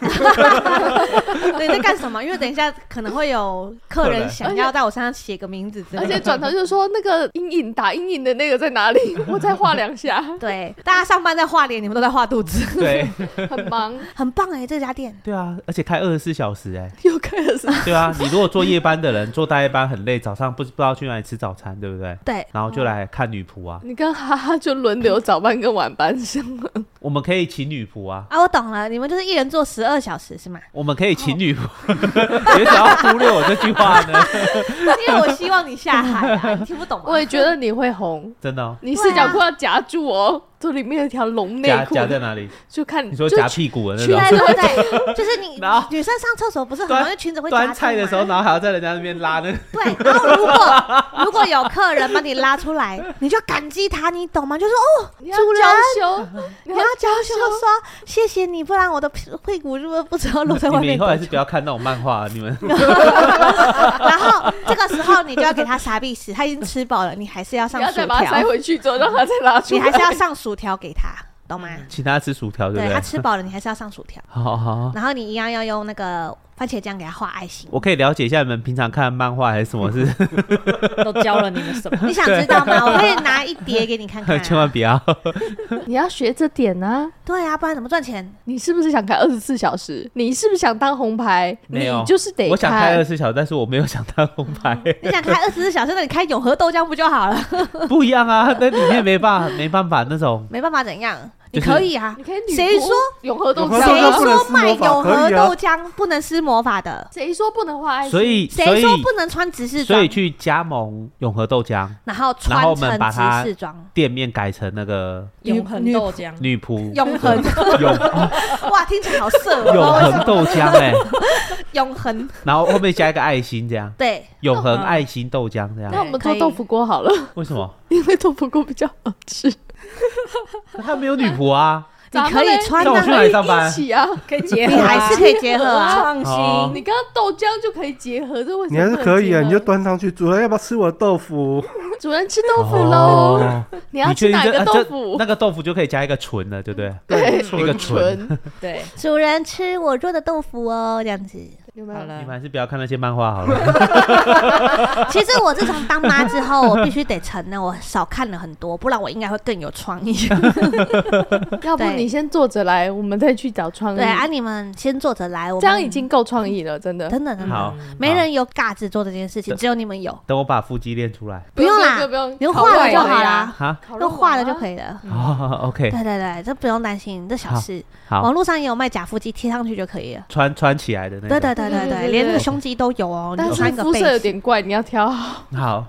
S2: 你在干什么？因为等一下可能会有客人想要在我身上写个名字之
S3: 而
S2: 类的。
S3: 且转头就说那个阴影打阴影的那个在哪 里？我再画两下，
S2: 对，大家上班在画脸，你们都在画肚子，
S4: 对
S3: 很欸忙，
S2: 很棒哎、这家店。
S4: 对啊，而且开二十四小时哎、
S3: 又开了什么？
S4: 对啊，你如果做夜班的人，做大夜班很累，早上不不知道去哪里吃早餐，对不对？
S2: 对，
S4: 然后就来看女仆啊，
S3: 你跟哈哈就轮流早班跟晚班是吗？
S4: 我们可以请女仆啊，
S2: 啊，我懂了，你们就是一人做十二小时是吗？
S4: 我们可以请女仆， 你为什么要忽略我这句话呢？
S2: 因为我希望你下海啊，你听不懂吗？
S3: 我也觉 得你会红，
S4: 真的、哦，
S3: 你四角裤要夹住哦，这里面有条龙内
S4: 夹
S3: 裤，
S4: 夹在哪里？
S3: 就看
S4: 你说
S3: 就
S4: 夹屁股的
S2: 对
S4: 那
S2: 对
S4: 种。
S2: 对，就是你
S4: 然后
S2: 女生上厕所不是很容易裙子会夹
S4: 端
S2: 住
S4: 菜的时候，
S2: 吗
S4: 然后还要在人家那边拉那个，
S2: 对，然后如 果如果有客人把你拉出来，你就感激他，你懂吗？就说哦，
S3: 你要
S2: 主人
S3: 娇羞，
S2: 你
S3: 你
S2: 要
S3: 要
S2: 娇羞地说谢谢你，不然我的屁股如果不知道露 在
S4: 你
S2: 外
S4: 们以
S2: 面
S4: 后
S2: 多
S4: 还是
S2: 久
S4: 不。要看那种漫画、啊，你 们
S2: 然后这个时候你就要给他傻逼死，他已经吃饱了，你还是要
S3: 你
S2: 上
S3: 要
S2: 薯
S3: 再把它塞
S2: 条，
S3: 回去之后，让它再拉 出
S2: 你
S3: 来，
S2: 还是要上薯条给他，懂吗？
S4: 请他吃薯条，对不
S2: 嗯对
S4: 对
S2: 他？吃饱了，你还是要上薯条，
S4: 好好好，
S2: 然后你一样要用那个番茄酱给他画爱 心。
S4: 我可以了解一下你们平常看漫画还是什 么是？。
S5: 都教了你们什么？
S2: 你想知道吗？我可以拿一叠给你看看
S4: 千万不要。
S3: 你要学着点啊！
S2: 对啊，不然怎么赚钱？
S3: 你是不是想开二十四小时？你是不是想当红牌？
S4: 没有
S3: 你就是得
S4: 我想开二十四小时，但是我没有想当红牌，
S2: 你想开二十四小时，那你开永和豆浆不就好 了？
S4: 不一样啊。 那里面没办法，没办法那种。
S2: 没办法，怎样？你
S4: 就是
S2: 可以啊
S3: 你，可以女仆
S2: 谁说
S3: 永和豆
S1: 永和豆浆
S2: 谁
S3: 浆啊？
S1: 不能
S2: 说
S1: 施
S2: 卖
S1: 魔法
S2: 永和
S1: 可以啊
S2: 豆浆不能施魔法的？
S3: 谁说不能画爱心？
S4: 所以，所
S2: 哎谁
S4: 以
S2: 说，不能穿执事装
S4: 所以？去加盟永和豆浆
S2: 然后
S4: 然后
S2: 穿
S4: 我们
S2: 成
S4: 把它
S2: 执事装，
S4: 店面改成那个
S5: 永恒豆浆，
S4: 女仆
S2: 永恒，
S4: 永
S2: 哇，听起来好色哦，
S4: 永恒豆浆 哎、
S2: 永恒，
S4: 然后后面加一个爱心这样，
S2: 对，
S4: 永恒爱心豆浆这
S3: 那
S4: 样。
S3: 我们
S2: 可
S3: 做
S2: 以
S3: 豆腐锅好了，
S4: 为什么？
S3: 因为豆腐锅比较好吃。
S4: 可他没有女仆啊，
S2: 你可以穿
S4: 那我去
S2: 啊，
S4: 哪里上班
S3: 一起啊！
S5: 可以结
S2: 你还是可以结合啊。
S5: 创
S4: 哦
S5: 新。
S3: 你刚刚豆浆就可以结合，这为什
S1: 你
S3: 么
S1: 还是可以啊，
S3: 不能
S1: 你
S3: 结
S1: 就
S3: 合
S1: 端上去。主哎人要不要吃我的豆腐？
S3: 主人吃豆腐喽。，你要
S4: 哦你确
S3: 吃
S4: 定
S3: 哪
S4: 这
S3: 个
S4: 啊
S3: 豆
S4: 这
S3: 腐？
S4: 那个豆腐就可以加一个纯的，对不对？
S3: 对，
S4: 一个纯，
S3: 纯
S5: 对，
S2: 主人吃我做的豆腐哦，这样子，
S3: 有没
S5: 好
S3: 有？
S4: 你
S5: 了
S4: 们，还是不要看那些漫画好了。
S2: 其实我自从当妈之后，我必须得承认，我少看了很多，不然我应该会更有创 意。
S3: 要不
S2: 对
S3: 你先坐着来，我们再去找创意。
S2: 对，啊，你们先坐着来，我们
S3: 这样已经够创意了，真的。
S2: 等等等等，
S4: 好，
S2: 嗯没人有尬子做这件事情，
S4: 对
S2: 只有你们有，
S4: 等我把腹肌练出来。
S2: 不用啦
S3: 不用，
S2: 你用
S3: 烤
S2: 画
S3: 肉
S2: 了就
S3: 而已
S2: 哦好
S3: 啊，
S2: 啦，
S4: 哈，
S2: 用画了就
S3: 以。
S2: 可以了。
S4: 哦，OK，
S2: 对对对，这不用担心，这小
S4: 好
S2: 事。
S4: 好
S2: 网，络上也有卖假腹肌，贴上去就可以了。
S4: 穿穿起来的那
S2: 对
S4: 种。
S2: 对对
S3: 对
S2: 对
S3: 对
S2: 对，
S3: 对
S2: 连那个
S3: 对
S2: 胸肌都有哦，
S3: 但
S2: 你穿
S3: 是
S2: 个
S3: 肤
S2: 背
S3: 色有
S2: 心，
S3: 点怪，你要挑好，
S4: 好，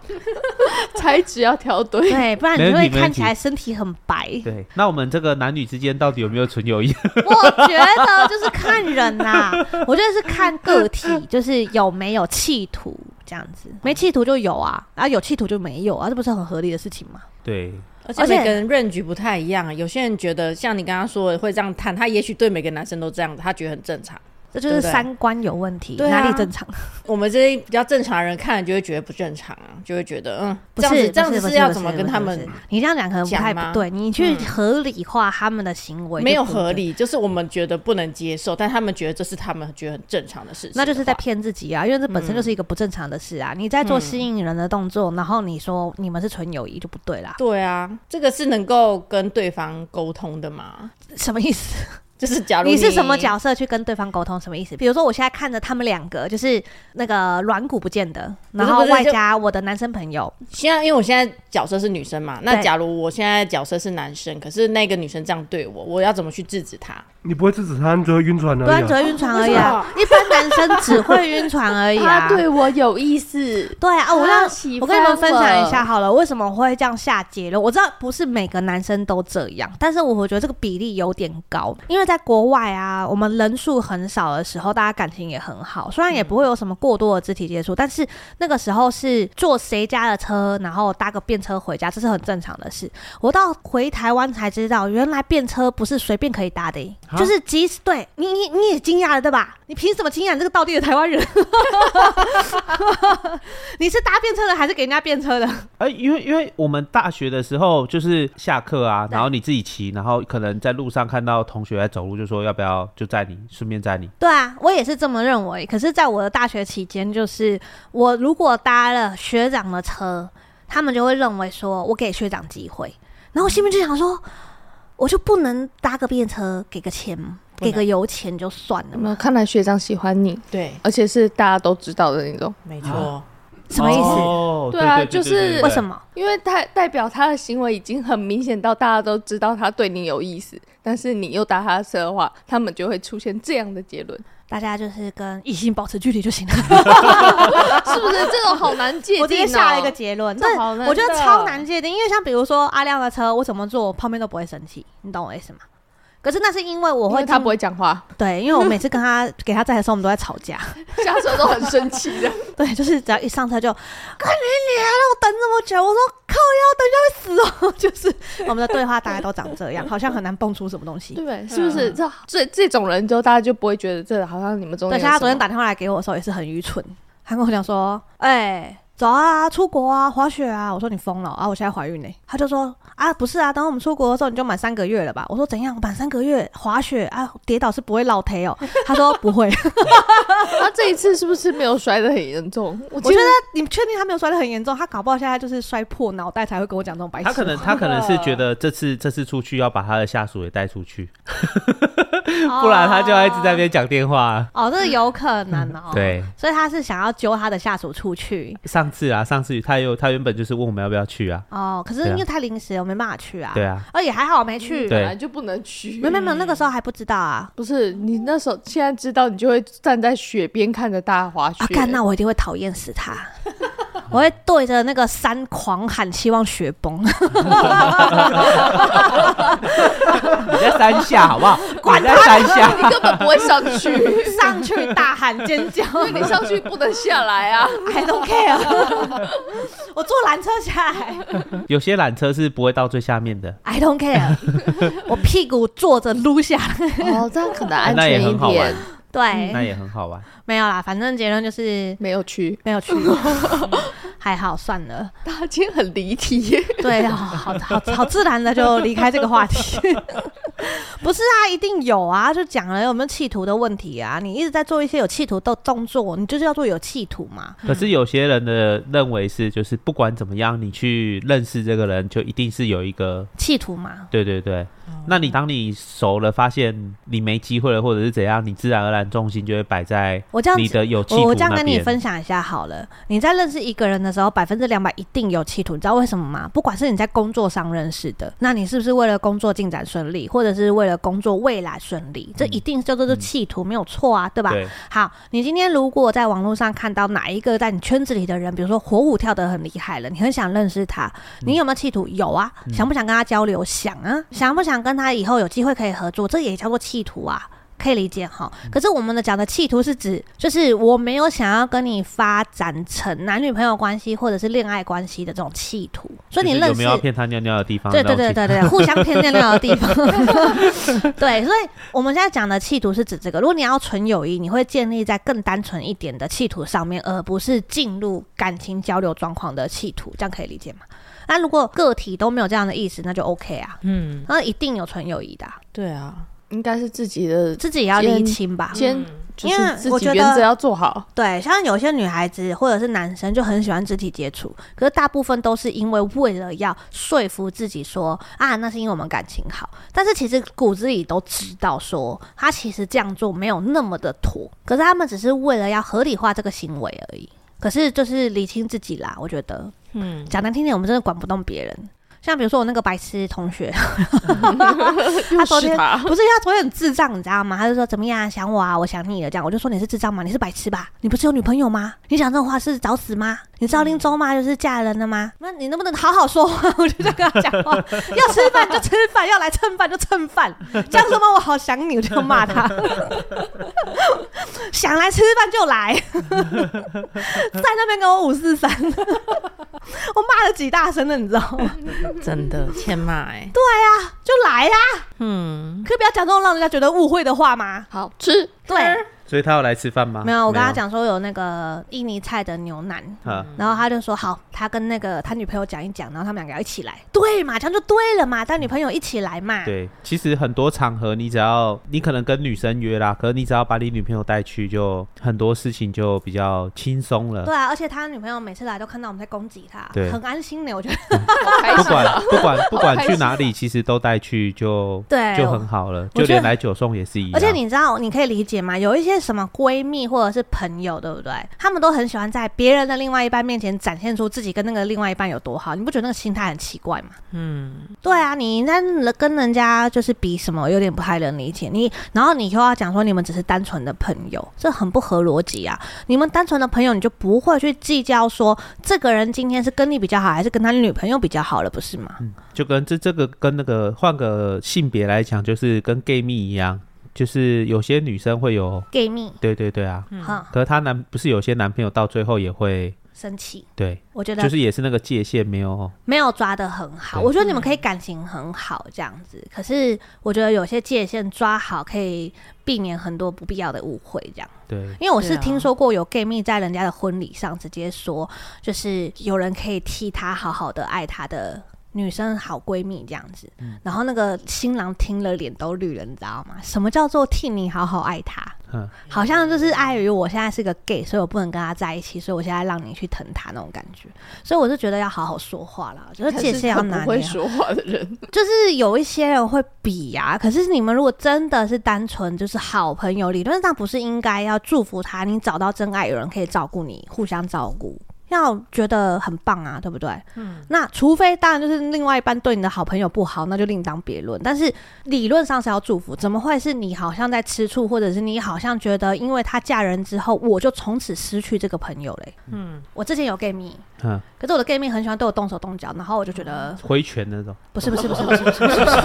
S3: 材质要挑对。
S2: 对，不然
S4: 没
S2: 你
S4: 问
S2: 会
S4: 题没问
S2: 看起
S4: 题
S2: 来身体很白。
S4: 对，那我们这个男女之间到底有没有纯友谊？
S2: 我觉得就是看人啦、我觉得是看个体，就是有没有企图这样子，没企图就有啊，然、后有企图就没有啊，这不是很合理的事情吗？
S4: 对，
S5: 而
S2: 而
S5: 且
S2: 且
S5: 每个人 range 不太一样，啊有些人觉得像你刚刚说的会这样探，他也许对每个男生都这样，他觉得很正常。
S2: 这就是
S5: 对
S2: 三观有问题，
S5: 对啊
S2: 哪里正常？
S5: 我们这些比较正常的人看了就会觉得不正常啊，就会觉得嗯，
S2: 不
S5: 这样
S2: 是
S5: 子这样
S2: 不
S5: 子
S2: 不
S5: 是要怎么
S2: 不
S5: 跟
S2: 不
S5: 他
S2: 不
S5: 们
S2: 是你这样讲可能不太
S5: 讲吗
S2: 不对，你去
S5: 嗯
S2: 合理化他们的行为就
S5: 没有
S2: 不对
S5: 合，理，就是我们觉得不能接受，但他们觉得这是他们觉得很正常的嗯事情的话，
S2: 那就是在骗自己啊，因为这本身就是一个不正常的事啊。你在做吸引人的动作，然后你说你们是纯友谊就不对啦，
S5: 对啊，这个是能够跟对方沟通的吗？
S2: 什么意思？
S5: 就是啊假如
S2: 你是什么角色去跟对方沟通？什么意思？比如说，我现在看着他们两个，就是那个软骨不见的，
S5: 不是
S2: 然后
S5: 不是
S2: 外
S5: 就
S2: 加我的男生朋友，
S5: 现在因为我现在角色是女生嘛，那
S2: 对
S5: 假如我现在角色是男生，可是那个女生这样对我，我要怎么去制止她？
S1: 你不会制止他，你只会晕船而
S2: 对啊，
S1: 已
S2: 只
S1: 啊、
S2: 会晕船而已 啊。一般男生只会晕船而已啊
S3: 他。对我有意思，
S2: 对啊，我让
S3: 他喜
S2: 我跟你们分享一下
S3: 欢
S2: 好了，为什么我会这样下结论？我知道不是每个男生都这样，但是我觉得这个比例有点高，因为在国外啊，我们人数很少的时候，大家感情也很好，虽然也不会有什么过多的肢体接触，但是那个时候是坐谁家的车，然后搭个便车回家，这是很正常的事。我到回台湾才知道，原来便车不是随便可以搭的耶，
S4: 啊
S2: 就是即使对你你你也惊讶了对吧？你凭什么惊讶你这个道地的台湾人？ 你是搭便车的还是给人家便车的？
S4: 哎，因为因为我们大学的时候就是下课啊，
S2: 对
S4: 然后你自己骑，然后可能在路上看到同学在走路，就说要不要就载你，顺便载你。
S2: 对啊，我也是这么认为。可是，在我的大学期间，就是我如果搭了学长的车，他们就会认为说我给学长机会，然后我心里就想说，我就不能搭个便车给个钱，
S5: 不能
S2: 给个油钱就算了
S3: 有没有
S2: 嘛？
S3: 看来学长喜欢你，
S5: 对，
S3: 而且是大家都知道的那种，
S5: 没错，
S2: 什么意思？
S4: 哦，
S3: 对啊
S4: 对对对
S3: 就是
S4: 对对
S2: 为什么？
S3: 因为他代表他的行为已经很明显到大家都知道他对你有意思，但是你又搭他的车的话，他们就会出现这样的 结论，
S2: 大家就是跟异性保持距离就行了。
S3: 是不是？这种好难界定、哦。
S2: 我直接下了一个结论，
S3: 这
S2: 但
S3: 好难
S2: 我觉得
S3: 的
S2: 超难哦界定，因为像比如说阿亮的车，我怎么坐，我旁边都不会生气，你懂我意思吗？可是那是因为我
S3: 因为
S2: 会
S3: 他
S2: 经
S3: 不会讲话，
S2: 对，因为我每次跟他给他在的时候，我们都在吵架。
S3: 下车都很生气的。
S2: 对，就是只要一上车就，看你脸，让我等这么久，我说靠腰，等一下会死哦。 就是我们的对话大概都长这样，好像很难蹦出什么东西。
S3: 对，是不是？
S2: 嗯
S3: 这这这种人之后，大家就不会觉得这好像你们中
S2: 对，
S3: 间有什
S2: 像
S3: 么。
S2: 他昨天打电话来给我的时候也是很愚蠢，他跟我讲说，哎、走啊，出国啊，滑雪啊！我说你疯了啊！我现在怀孕呢、他就说啊，不是啊，等我们出国的时候你就满三个月了吧？我说怎样满三个月滑雪啊？跌倒是不会落胎哦？他说不会。
S3: 他啊这一次是不是没有摔得很严重？我
S2: 我
S3: 觉
S2: 觉得你确定他没有摔得很严重？他搞不好现在就是摔破脑袋才会跟我讲这种白痴
S4: 他
S2: 话。
S4: 可能他可能是觉得这次这次出去要把他的下属也带出去，
S2: 哦
S4: 不然他就要一直在那边讲电话。。，
S2: 哦，这个有可能哦
S4: 对，
S2: 所以他是想要揪他的下属出去
S4: 上次啊，上次他有他原本就是问我们要不要去啊，
S2: 哦，可是
S4: 对啊
S2: 因为太临时了，我没办法去啊。
S4: 对，啊，
S2: 而且还好我没
S3: 得
S2: 去。
S4: 对
S3: 本来就不能去
S2: 没。有没有没有，那个时候还不知道啊。
S3: 不是你那时候现在知道，你就会站在雪边看着大家滑雪
S2: 啊，。干， 那我一定会讨厌死他。我会对着那个山狂喊，希望雪 崩，
S4: 你在山下好不 好？你在山下，
S3: 你根本不会上去，
S2: 上去大喊尖叫。
S3: 因为你上去不能下来 啊。
S2: I don't care，我坐缆车下来。
S4: 有些缆车是不会到最下面的，
S2: I don't care，我 屁股坐着撸下来。
S3: 哦，这样可能安
S4: 那也
S3: 全一
S4: 很好玩
S3: 点。，
S4: 那
S2: 对，
S4: 也很好 玩。
S2: 没有啦，反正结论就是
S3: 没有 去，
S2: 没有去，还好算了。
S3: 大家今天很离题。
S2: 对，好好好好自然的就离开这个话题。 不是啊，一定有啊，就讲了有没有企图的问题啊。你一直在做一些有企图的动作，你就是要做有企图嘛。
S4: 可是有些人的认为是，就是不管怎么样，你去认识这个人，就一定是有一个，
S2: 企图嘛，
S4: 对对对。
S2: 哦
S4: 那你当你熟了，发现你没机会了，或者是怎样，你自然而然重心就会摆在
S2: 我这样
S4: 你
S2: 子。
S4: 的有企
S2: 我
S4: 图
S2: 我这样
S4: 那
S2: 跟你
S4: 边。
S2: 分享一下好了，你在认识一个人的时候，百分之两百一定有企图，你知道为什么吗？不管是你在工作上认识的，那你是不是为了工作进展顺利，或者是为了工作未来顺利，这一定叫做是企图，没有错啊，对吧？
S4: 嗯对，
S2: 好，你今天如果在网络上看到哪一个在你圈子里的人，比如说火舞跳得很厉害了，你很想认识他，你有没有企图？有啊，
S4: 嗯
S2: 想不想跟他交流？想啊，想不想跟他以后有机会可以合作？这也叫做企图啊。可以理解哈，
S4: 嗯
S2: 可是我们的讲的企图是指，就是我没有想要跟你发展成男女朋友关系或者是恋爱关系的这种企图，所以你
S4: 就是
S2: 认
S4: 有
S2: 识
S4: 没有要骗他尿尿的地方？
S2: 对对
S4: 让我
S2: 对
S4: 去
S2: 对对，对互相偏见那的地方。对，所以我们现在讲的企图是指这个。如果你要纯友谊，你会建立在更单纯一点的企图上面，而不是进入感情交流状况的企图，这样可以理解吗？那如果个体都没有这样的意识，那就 OK 啊。
S5: 嗯，
S2: 那一定有纯友谊的啊、
S5: 对啊，
S3: 应该是自己的，
S2: 自己也要厘清吧。
S3: 先
S2: 嗯
S3: 就
S2: 因为
S3: 是自
S2: 我
S3: 己
S2: 觉
S3: 原
S2: 得
S3: 则要 做好。
S2: 对，像有些女孩子或者是男生就很喜欢肢体接触，可是大部分都是因为为了要说服自己说啊，那是因为我们感情好，但是其实骨子里都知道说他其实这样做没有那么的妥，可是他们只是为了要合理化这个行为而已。可是就是理清自己啦，我觉得
S5: 嗯，
S2: 讲难听点，我们真的管不动别人。像比如说我那个白痴同学，
S3: 又
S2: 昨
S3: 是
S2: 天
S3: 他，
S2: 不是他昨天很智障，你知道吗？他就说怎么样想我啊，我想你了这样。我就说你是智障吗？你是白痴吧？你不是有女朋友吗？你讲这种话是找死吗？你知道令州吗？就是嫁人了吗？那你能不能好好说话？ 我就这样跟他讲话，要吃饭就吃饭，要来蹭饭就蹭饭，讲什么我好想你，我就骂他， 想来吃饭就来， 在那边跟我五四三， 我骂了几大声的，你知道吗？
S5: 真的欠骂 哎、
S2: 就来呀、
S5: 嗯，
S2: 可以不要讲这种让人家觉得误会的话吗？
S3: 好 吃，
S2: 对。
S4: 所以他要来吃饭吗？
S2: 没有，我跟他讲嗯说有那个印尼菜的牛腩，
S4: 啊，
S2: 然后他就说好，他跟那个他女朋友讲一讲，然后他们两个要一起来，对嘛，这样就对了嘛，带女朋友一起来嘛，
S4: 嗯对，其实很多场合，你只要你可能跟女生约啦，可是你只要把你女朋友带去，就很多事情就比较轻松了
S2: 对。啊，而且他女朋友每次来都看到我们在攻击他，
S4: 对
S2: 很安心的，我觉得，
S3: 好 开
S4: 不
S3: 心啊
S4: 管不管不管
S3: 好开
S4: 去
S3: 心
S4: 哪里，其实都带去就
S2: 对，
S4: 就很好了，
S2: 我
S4: 就
S2: 觉得
S4: 连来九送也是一样。
S2: 而且你知道，你可以理解吗？有一些什么闺蜜或者是朋友，对不对？他们都很喜欢在别人的另外一半面前展现出自己跟那个另外一半有多好，你不觉得那个心态很奇怪吗？嗯，对啊，你那跟人家就是比什么，有点不太能理解你。然后你又要讲说你们只是单纯的朋友，这很不合逻辑啊！你们单纯的朋友，你就不会去计较说这个人今天是跟你比较好，还是跟他女朋友比较好了，不是吗？
S4: 就跟这这个跟那个换个性别来讲，就是跟 gay 蜜一样，就是有些女生会有，
S2: gay 蜜，
S4: 对对对啊，
S2: 哈、
S4: 可是她男不是有些男朋友到最后也会
S2: 生气，
S4: 对，
S2: 我觉得
S4: 就是也是那个界限没有
S2: 没有抓得很好。
S4: 对
S2: 我觉得你们可以感情很好这样子，可是我觉得有些界限抓好，可以避免很多不必要的误会这样。
S4: 对。
S2: 因为我是
S5: 对啊
S2: 听说过有 gay 蜜在人家的婚礼上直接说，就是有人可以替她好好的爱她的。女生好闺蜜这样子，然后那个新郎听了脸都绿了，你知道吗？什么叫做替你好好爱他？
S4: 嗯
S2: 好像就是碍于我现在是个 gay，所以我不能跟他在一起，所以我现在让你去疼他那种感觉。所以我就觉得要好好说话啦，就是
S3: 他
S2: 界
S3: 是
S2: 限要啊
S3: 很
S2: 拿
S3: 不会
S2: 捏好。
S3: 说话的人，
S2: 就是有一些人会比呀、可是你们如果真的是单纯就是好朋友，理论上不是应该要祝福他，你找到真爱，有人可以照顾你，互相照顾。要觉得很棒啊，对不对？嗯，那除非当然就是另外一半对你的好朋友不好，那就另当别论。但是理论上是要祝福，怎么会是你好像在吃醋，或者是你好像觉得因为她嫁人之后，我就从此失去这个朋友嘞？嗯，我之前有 gay 蜜，
S4: 嗯，
S2: 可是我的 gay 蜜很喜欢对我动手动脚，然后我就觉得
S4: 挥拳那种，
S2: 不是不是不是不是不是不是，不是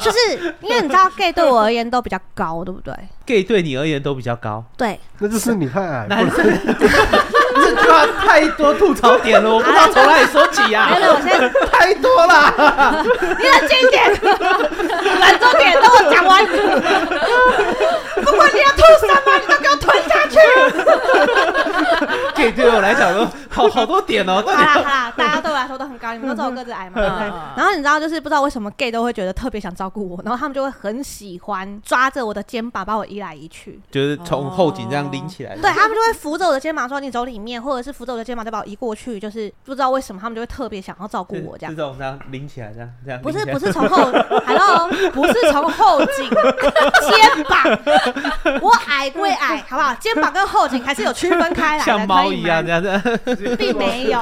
S2: 就是因为你知道 gay 对我而言都比较高，对不对？
S4: gay 对你而言都比较高，
S2: 对，
S1: 那就是你太 矮，不然
S4: 这句话太多吐槽点了，我不知道从哪里说起
S2: 啊
S4: 啊
S2: 没有没有，我现在
S4: 太多了。
S2: 你冷静一点，冷重点，等我讲完。不管你要吐什么，你都给我吞下去。
S4: 今可以对我来讲说，好好多点哦，到
S2: 好啦好
S4: 底
S2: 啦，大家对我来说都很高，你们都知道我个子矮嘛，对不啊对？
S5: 嗯
S2: 然后你知道，就是不知道为什么 gay 都会觉得特别想照顾我，然后他们就会很喜欢抓着我的肩膀把我移来移去，
S4: 就是从后颈
S2: 哦
S4: 这样拎起来，
S2: 对他们就会扶着我的肩膀说你走里面，或者是扶着我的肩膀再把我移过去，就是不知道为什么他们就会特别想要照顾
S4: 就是
S2: 我这样
S4: 是。这种这样拎起来这样这样
S2: 不
S4: 拎
S2: 是
S4: 起来，
S2: 不是从后 ，Hello，不是从后颈、 肩膀，我矮归矮，好不好？肩膀跟后颈还是有区分开来的，
S4: 像猫
S2: 可以
S4: 一
S2: 吗
S4: 样这样这 样，
S2: 并没 有。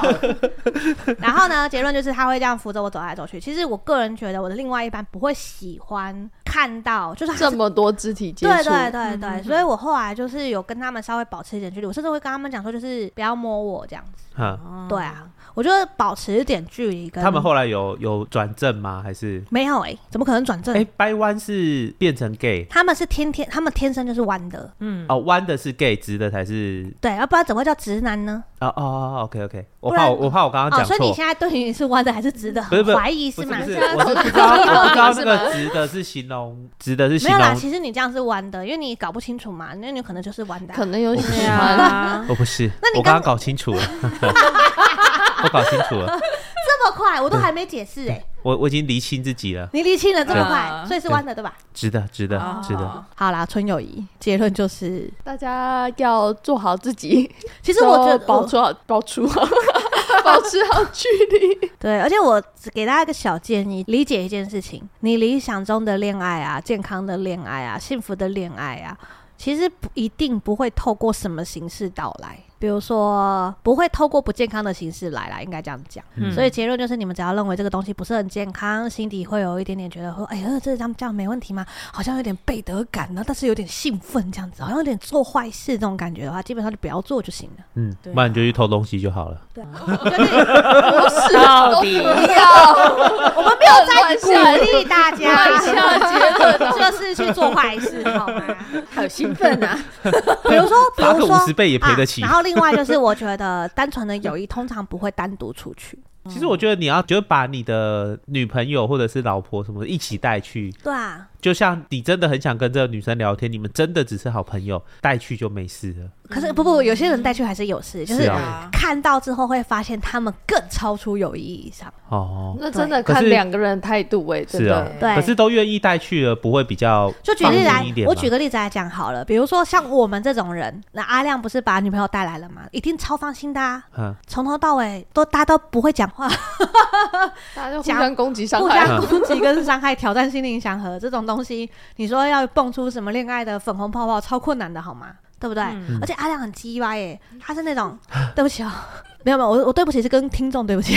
S2: 然后呢，结论就是他会这样扶着我走来走去。其实我个人觉得，我的另外一半不会喜欢看到，就是他
S3: 这
S2: 是
S3: 么多肢体接触，
S2: 对对对
S4: 嗯
S2: 对，所以我后来就是有跟他们稍微保持一点距离，我甚至会跟他们讲说，就是不要摸我这样子。
S4: 嗯，
S2: 对 啊，我觉得保持一点距离跟
S4: 他们后来有有转正吗？还是
S2: 没有哎、怎么可能转正？
S4: 哎，掰弯是变成 gay
S2: 他们是天天，他们天生就是弯的，
S4: 哦，弯的是 gay，直的才是
S2: 对，要不然怎么会叫直男呢？
S4: 哦哦哦，OK OK，我
S2: 不
S4: 怕
S2: 然
S4: 我我怕我刚刚
S2: 哦，
S4: 讲
S2: 所以你
S4: 错，
S2: 现在对于是弯的还是直的，
S4: 不是不
S2: 很
S4: 是
S2: 怀疑
S4: 不是
S2: 吗
S4: 不？是，
S3: 现在
S4: 我是不知道我不知道那个直的是形容，直的是
S2: 没
S4: 形
S2: 有啦，
S4: 容
S2: 其实你这样是弯的，因为你搞不清楚嘛，那你可能就是弯的啊、
S3: 可能有
S4: 我
S3: 喜
S4: 不喜
S5: 对
S3: 欢。
S5: 啊，
S4: 哦，不是，
S2: 你
S4: 我
S2: 刚
S4: 刚刚搞清楚了， 我搞清楚了，
S2: 这么快，我都还没解释哎、
S4: 我我已经厘清自己了，
S2: 你厘清了这么快，
S5: 对
S2: 所以是弯的对吧？
S4: 值得，值得，值得。
S5: 哦
S2: 好啦，春友谊结论就是，
S3: 大家要做好自己，
S2: 其实我觉
S3: 然后
S2: 得
S3: 保持好、保 持好、保持好距离。
S2: 对，而且我只给大家一个小建议，理解一件事情，你理想中的恋爱啊，健康的恋爱啊，幸福的恋爱啊，其实不一定不会透过什么形式到来。比如说，不会透过不健康的形式来啦，应该这样讲。
S4: 嗯
S2: 所以结论就是，你们只要认为这个东西不是很健康，心底会有一点点觉得说，哎呀，这这样这样没问题吗？好像有点背德感呢，然后但是有点兴奋这样子，好像有点做坏事这种感觉的话，基本上就不要做就行了。
S4: 嗯
S5: 对，
S4: 不然你就去偷东西就好了。
S5: 到底
S2: 我们没有在鼓励大
S3: 乱
S2: 家。
S3: 下结论啊！
S2: 就是去做坏事，好吗？
S5: 好兴奋啊！
S2: 比如说，比
S4: 罚
S2: 如
S4: 个
S2: 说
S4: 五十倍也赔得起
S2: 啊。然后另外就是，我觉得单纯的友谊通常不会单独出去。
S4: 其实我觉得你要就是把你的女朋友或者是老婆什么的一起带去，
S2: 对啊，
S4: 就像你真的很想跟这个女生聊天，你们真的只是好朋友，带去就没事了。
S2: 可是不不，有些人带去还是有事，就是是
S4: 啊
S2: 看到之后会发现他们更超出友谊以上。
S4: 哦，
S3: 那真的
S4: 可是
S3: 看两个人的态度哎，真
S4: 是啊
S3: 的。
S2: 对
S4: 可是都愿意带去了，不会比较
S2: 就举例
S4: 放
S2: 来
S4: 心一，点吗
S2: 我举个例子来讲好了，比如说像我们这种人，那阿亮不是把女朋友带来了吗？一定超放心的、啊，
S4: 嗯
S2: 从头到尾都大家都不会讲话，
S3: 大家就互相攻击伤
S2: 互
S3: 害，
S2: 相攻击跟伤害、挑战心灵祥和这种东西，你说要蹦出什么恋爱的粉红泡泡，超困难的好吗？对不对？
S5: 嗯
S2: 而且阿亮很鸡歪耶，他是那种对不起哦，没有没有，我我对不起是跟听众对不起，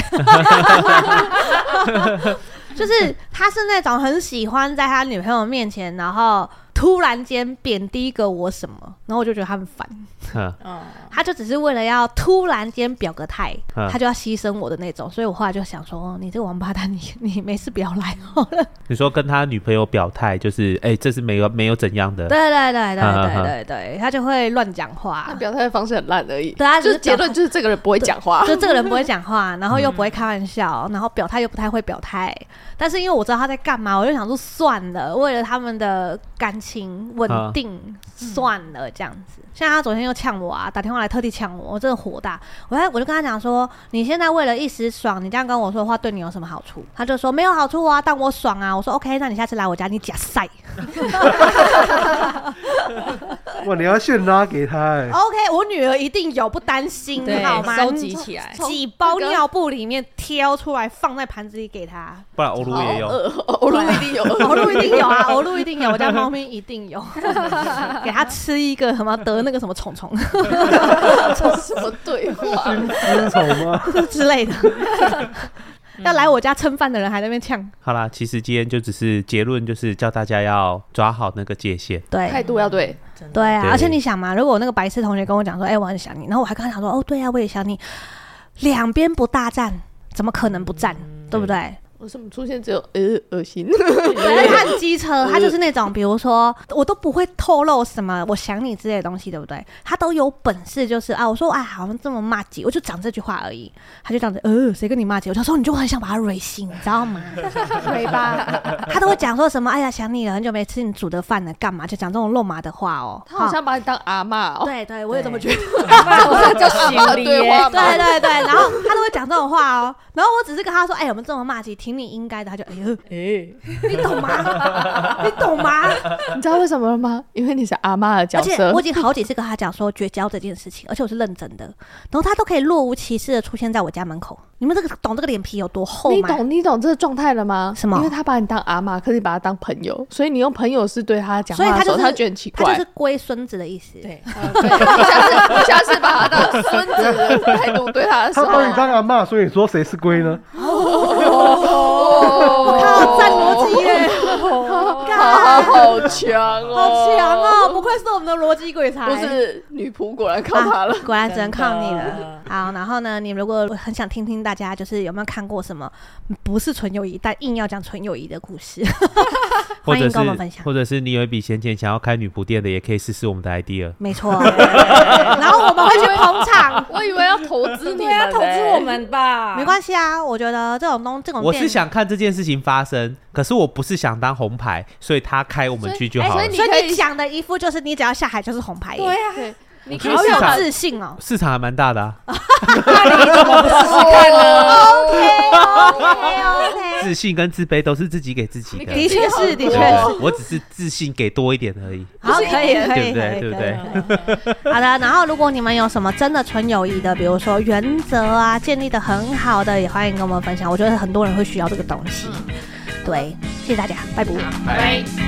S2: 就是他是那种很喜欢在他女朋友面前，然后突然间贬低个我什么，然后我就觉得他很烦，
S4: 嗯
S5: 嗯，
S2: 他就只是为了要突然间表个态，
S4: 嗯
S2: 他就要牺牲我的那种，所以我后来就想说，哦你这个王八蛋，你你没事不要来好了。
S4: 你说跟他女朋友表态，就是哎、这是没有没有怎样的，
S2: 对对对
S4: 哈哈
S2: 对对对对，他就会乱讲话
S3: 那。表态的方式很烂而已。
S2: 对啊，
S3: 就是
S2: 表
S3: 结论就是这个人不会讲话，
S2: 就这个人不会讲话，然后又不会开玩
S4: 嗯
S2: 笑，然后表态又不太会表态。但是因为我知道他在干嘛，我就想说算了，为了他们的感情稳定，
S5: 嗯
S2: 算了这样子。像他昨天又呛我啊，打电话来特地呛我，我真的火大。我在我就跟他讲说，你现在为了一时爽，你这样跟我说的话，对你有什么好处？他就说没有好处啊，但我爽啊。我说 OK，那你下次来我家，你假赛。
S1: 哇，你要现拉给他哎、
S2: OK，我女儿一定有，不担心
S5: 对
S2: 好吗？
S5: 收集起来
S3: 从
S2: 几包
S3: 那个
S2: 尿布里面挑出来放在盘子里给 他。
S4: 不然欧陆也有。
S3: 呃，欧陆一 定有，
S2: 呕露一定有啊，呕露一定有，我家猫咪一定 有，给它吃一个什么得那个什么虫 虫
S3: 这什么对话？
S1: 丝绸吗？
S2: 之类的。要来我家蹭饭的人还在那边呛，
S4: 好啦，其实今天就只是结论，就是叫大家要抓好那个界限。
S3: 态
S2: 对
S3: 度要对，
S5: 真的
S2: 对啊，
S4: 对
S2: 而且你想嘛，如果我那个白痴同学跟我讲说，哎、我很想你，然后我还跟他讲说，哦，对啊，我也想你，两边不大战，怎么可能不战，对不对？
S3: 我怎么出现只有呃恶心？
S2: 可是他很机车，他就是那种，比如说我都不会透露什么我想你之类的东西，对不对？他都有本事，就是啊，我说啊，好像这么骂街，我就讲这句话而已，他就这样子，呃，谁跟你骂街？我就说你就很想把他蕊醒，你知道 吗？
S3: 回吧，
S2: 他都会讲说什么，哎呀，想你了，很久没吃你煮的饭了，干嘛？就讲这种肉麻的话哦。
S3: 他好
S2: 哈
S3: 像把你当阿嬷哦，
S2: 对对，我也这么觉得。
S5: 我就
S3: 阿嬷的对话吗？
S2: 对 对对，然后他都会讲这种话哦。然后我只是跟他说，哎，我们这么骂街，挺你应该的。他就，哎呦，
S5: 哎，
S2: 你懂吗？你懂 吗？
S3: 你知道为什么吗？因为你是阿嬷的角
S2: 而且
S3: 色
S2: 我，已经好几次跟他讲说绝交这件事情，而且我是认真的，然后他都可以若无其事的出现在我家门口。你们这个懂这个脸皮有多厚
S3: 你
S2: 吗？
S3: 懂你懂这个状态了吗？
S2: 什么
S3: 因为他把你当阿嬷，可是你把他当朋友，所以你用朋友是对他讲
S2: 所以
S3: 话
S2: 他
S3: 的时候，
S2: 就是
S3: 他觉得很奇
S2: 他
S3: 怪
S2: 就。是龟孙子的意思。，
S5: 对，
S3: 我下次我下次把他当孙子的态度对他的时
S1: 他
S3: 候，
S1: 把你当阿妈，所以你说谁是龟呢？
S3: 哦
S2: 靠，战逻辑耶，
S3: 好好强哦，
S2: 好强！哦！不愧是我们的逻辑鬼才。
S3: 不是女仆果然靠他了
S2: 啊， 果然只能靠你
S5: 真
S2: 了
S5: 的。
S2: 好，然后呢，你如果很想听听大家就是有没有看过什么不是纯友谊，但硬要讲纯友谊的故事，
S4: 或
S2: 欢
S4: 者
S2: 迎
S4: 是
S2: 跟我们分享。
S4: 或者是你有一笔闲钱想要开女仆店的，也可以试试我们的 idea。
S2: 没错，
S3: 啊
S2: 然后我们会去捧场，
S3: 我以为要投资你
S5: 对
S3: 们
S5: 啊，
S3: 呢，
S5: 投资我们吧，
S2: 没关系啊，我觉得这种东这种
S4: 我
S2: 店
S4: 是，想看这件事情发生，可是我不是想当红牌，所以他开我们去就好
S3: 所
S4: 了
S3: 以。你
S2: 所
S3: 可
S2: 以
S3: 以
S2: 你讲的一副就是你只要下海就是红牌，
S5: 对，啊，
S3: 对，你可以
S2: 好
S4: 市
S2: 有
S4: 场
S2: 自信哦。
S4: 市场还蛮大的、啊，
S3: 哦看啊了，
S2: OK OK，
S4: 自信跟自卑都是自己给自己的。
S2: 的确是，的确
S4: 对啊
S2: 是，
S4: 我只是自信给多一点而已，
S2: 好，可以可
S4: 对
S2: 以
S4: 不
S2: 可
S4: 对？
S2: 以，
S4: 对不
S2: 可以
S4: 对？
S2: 好的，然后如果你们有什么真的纯友谊的，比如说原则啊，建立的很好的，也欢迎跟我们分享。我觉得很多人会需要这个东西。对，谢谢大家，拜拜。
S3: 拜。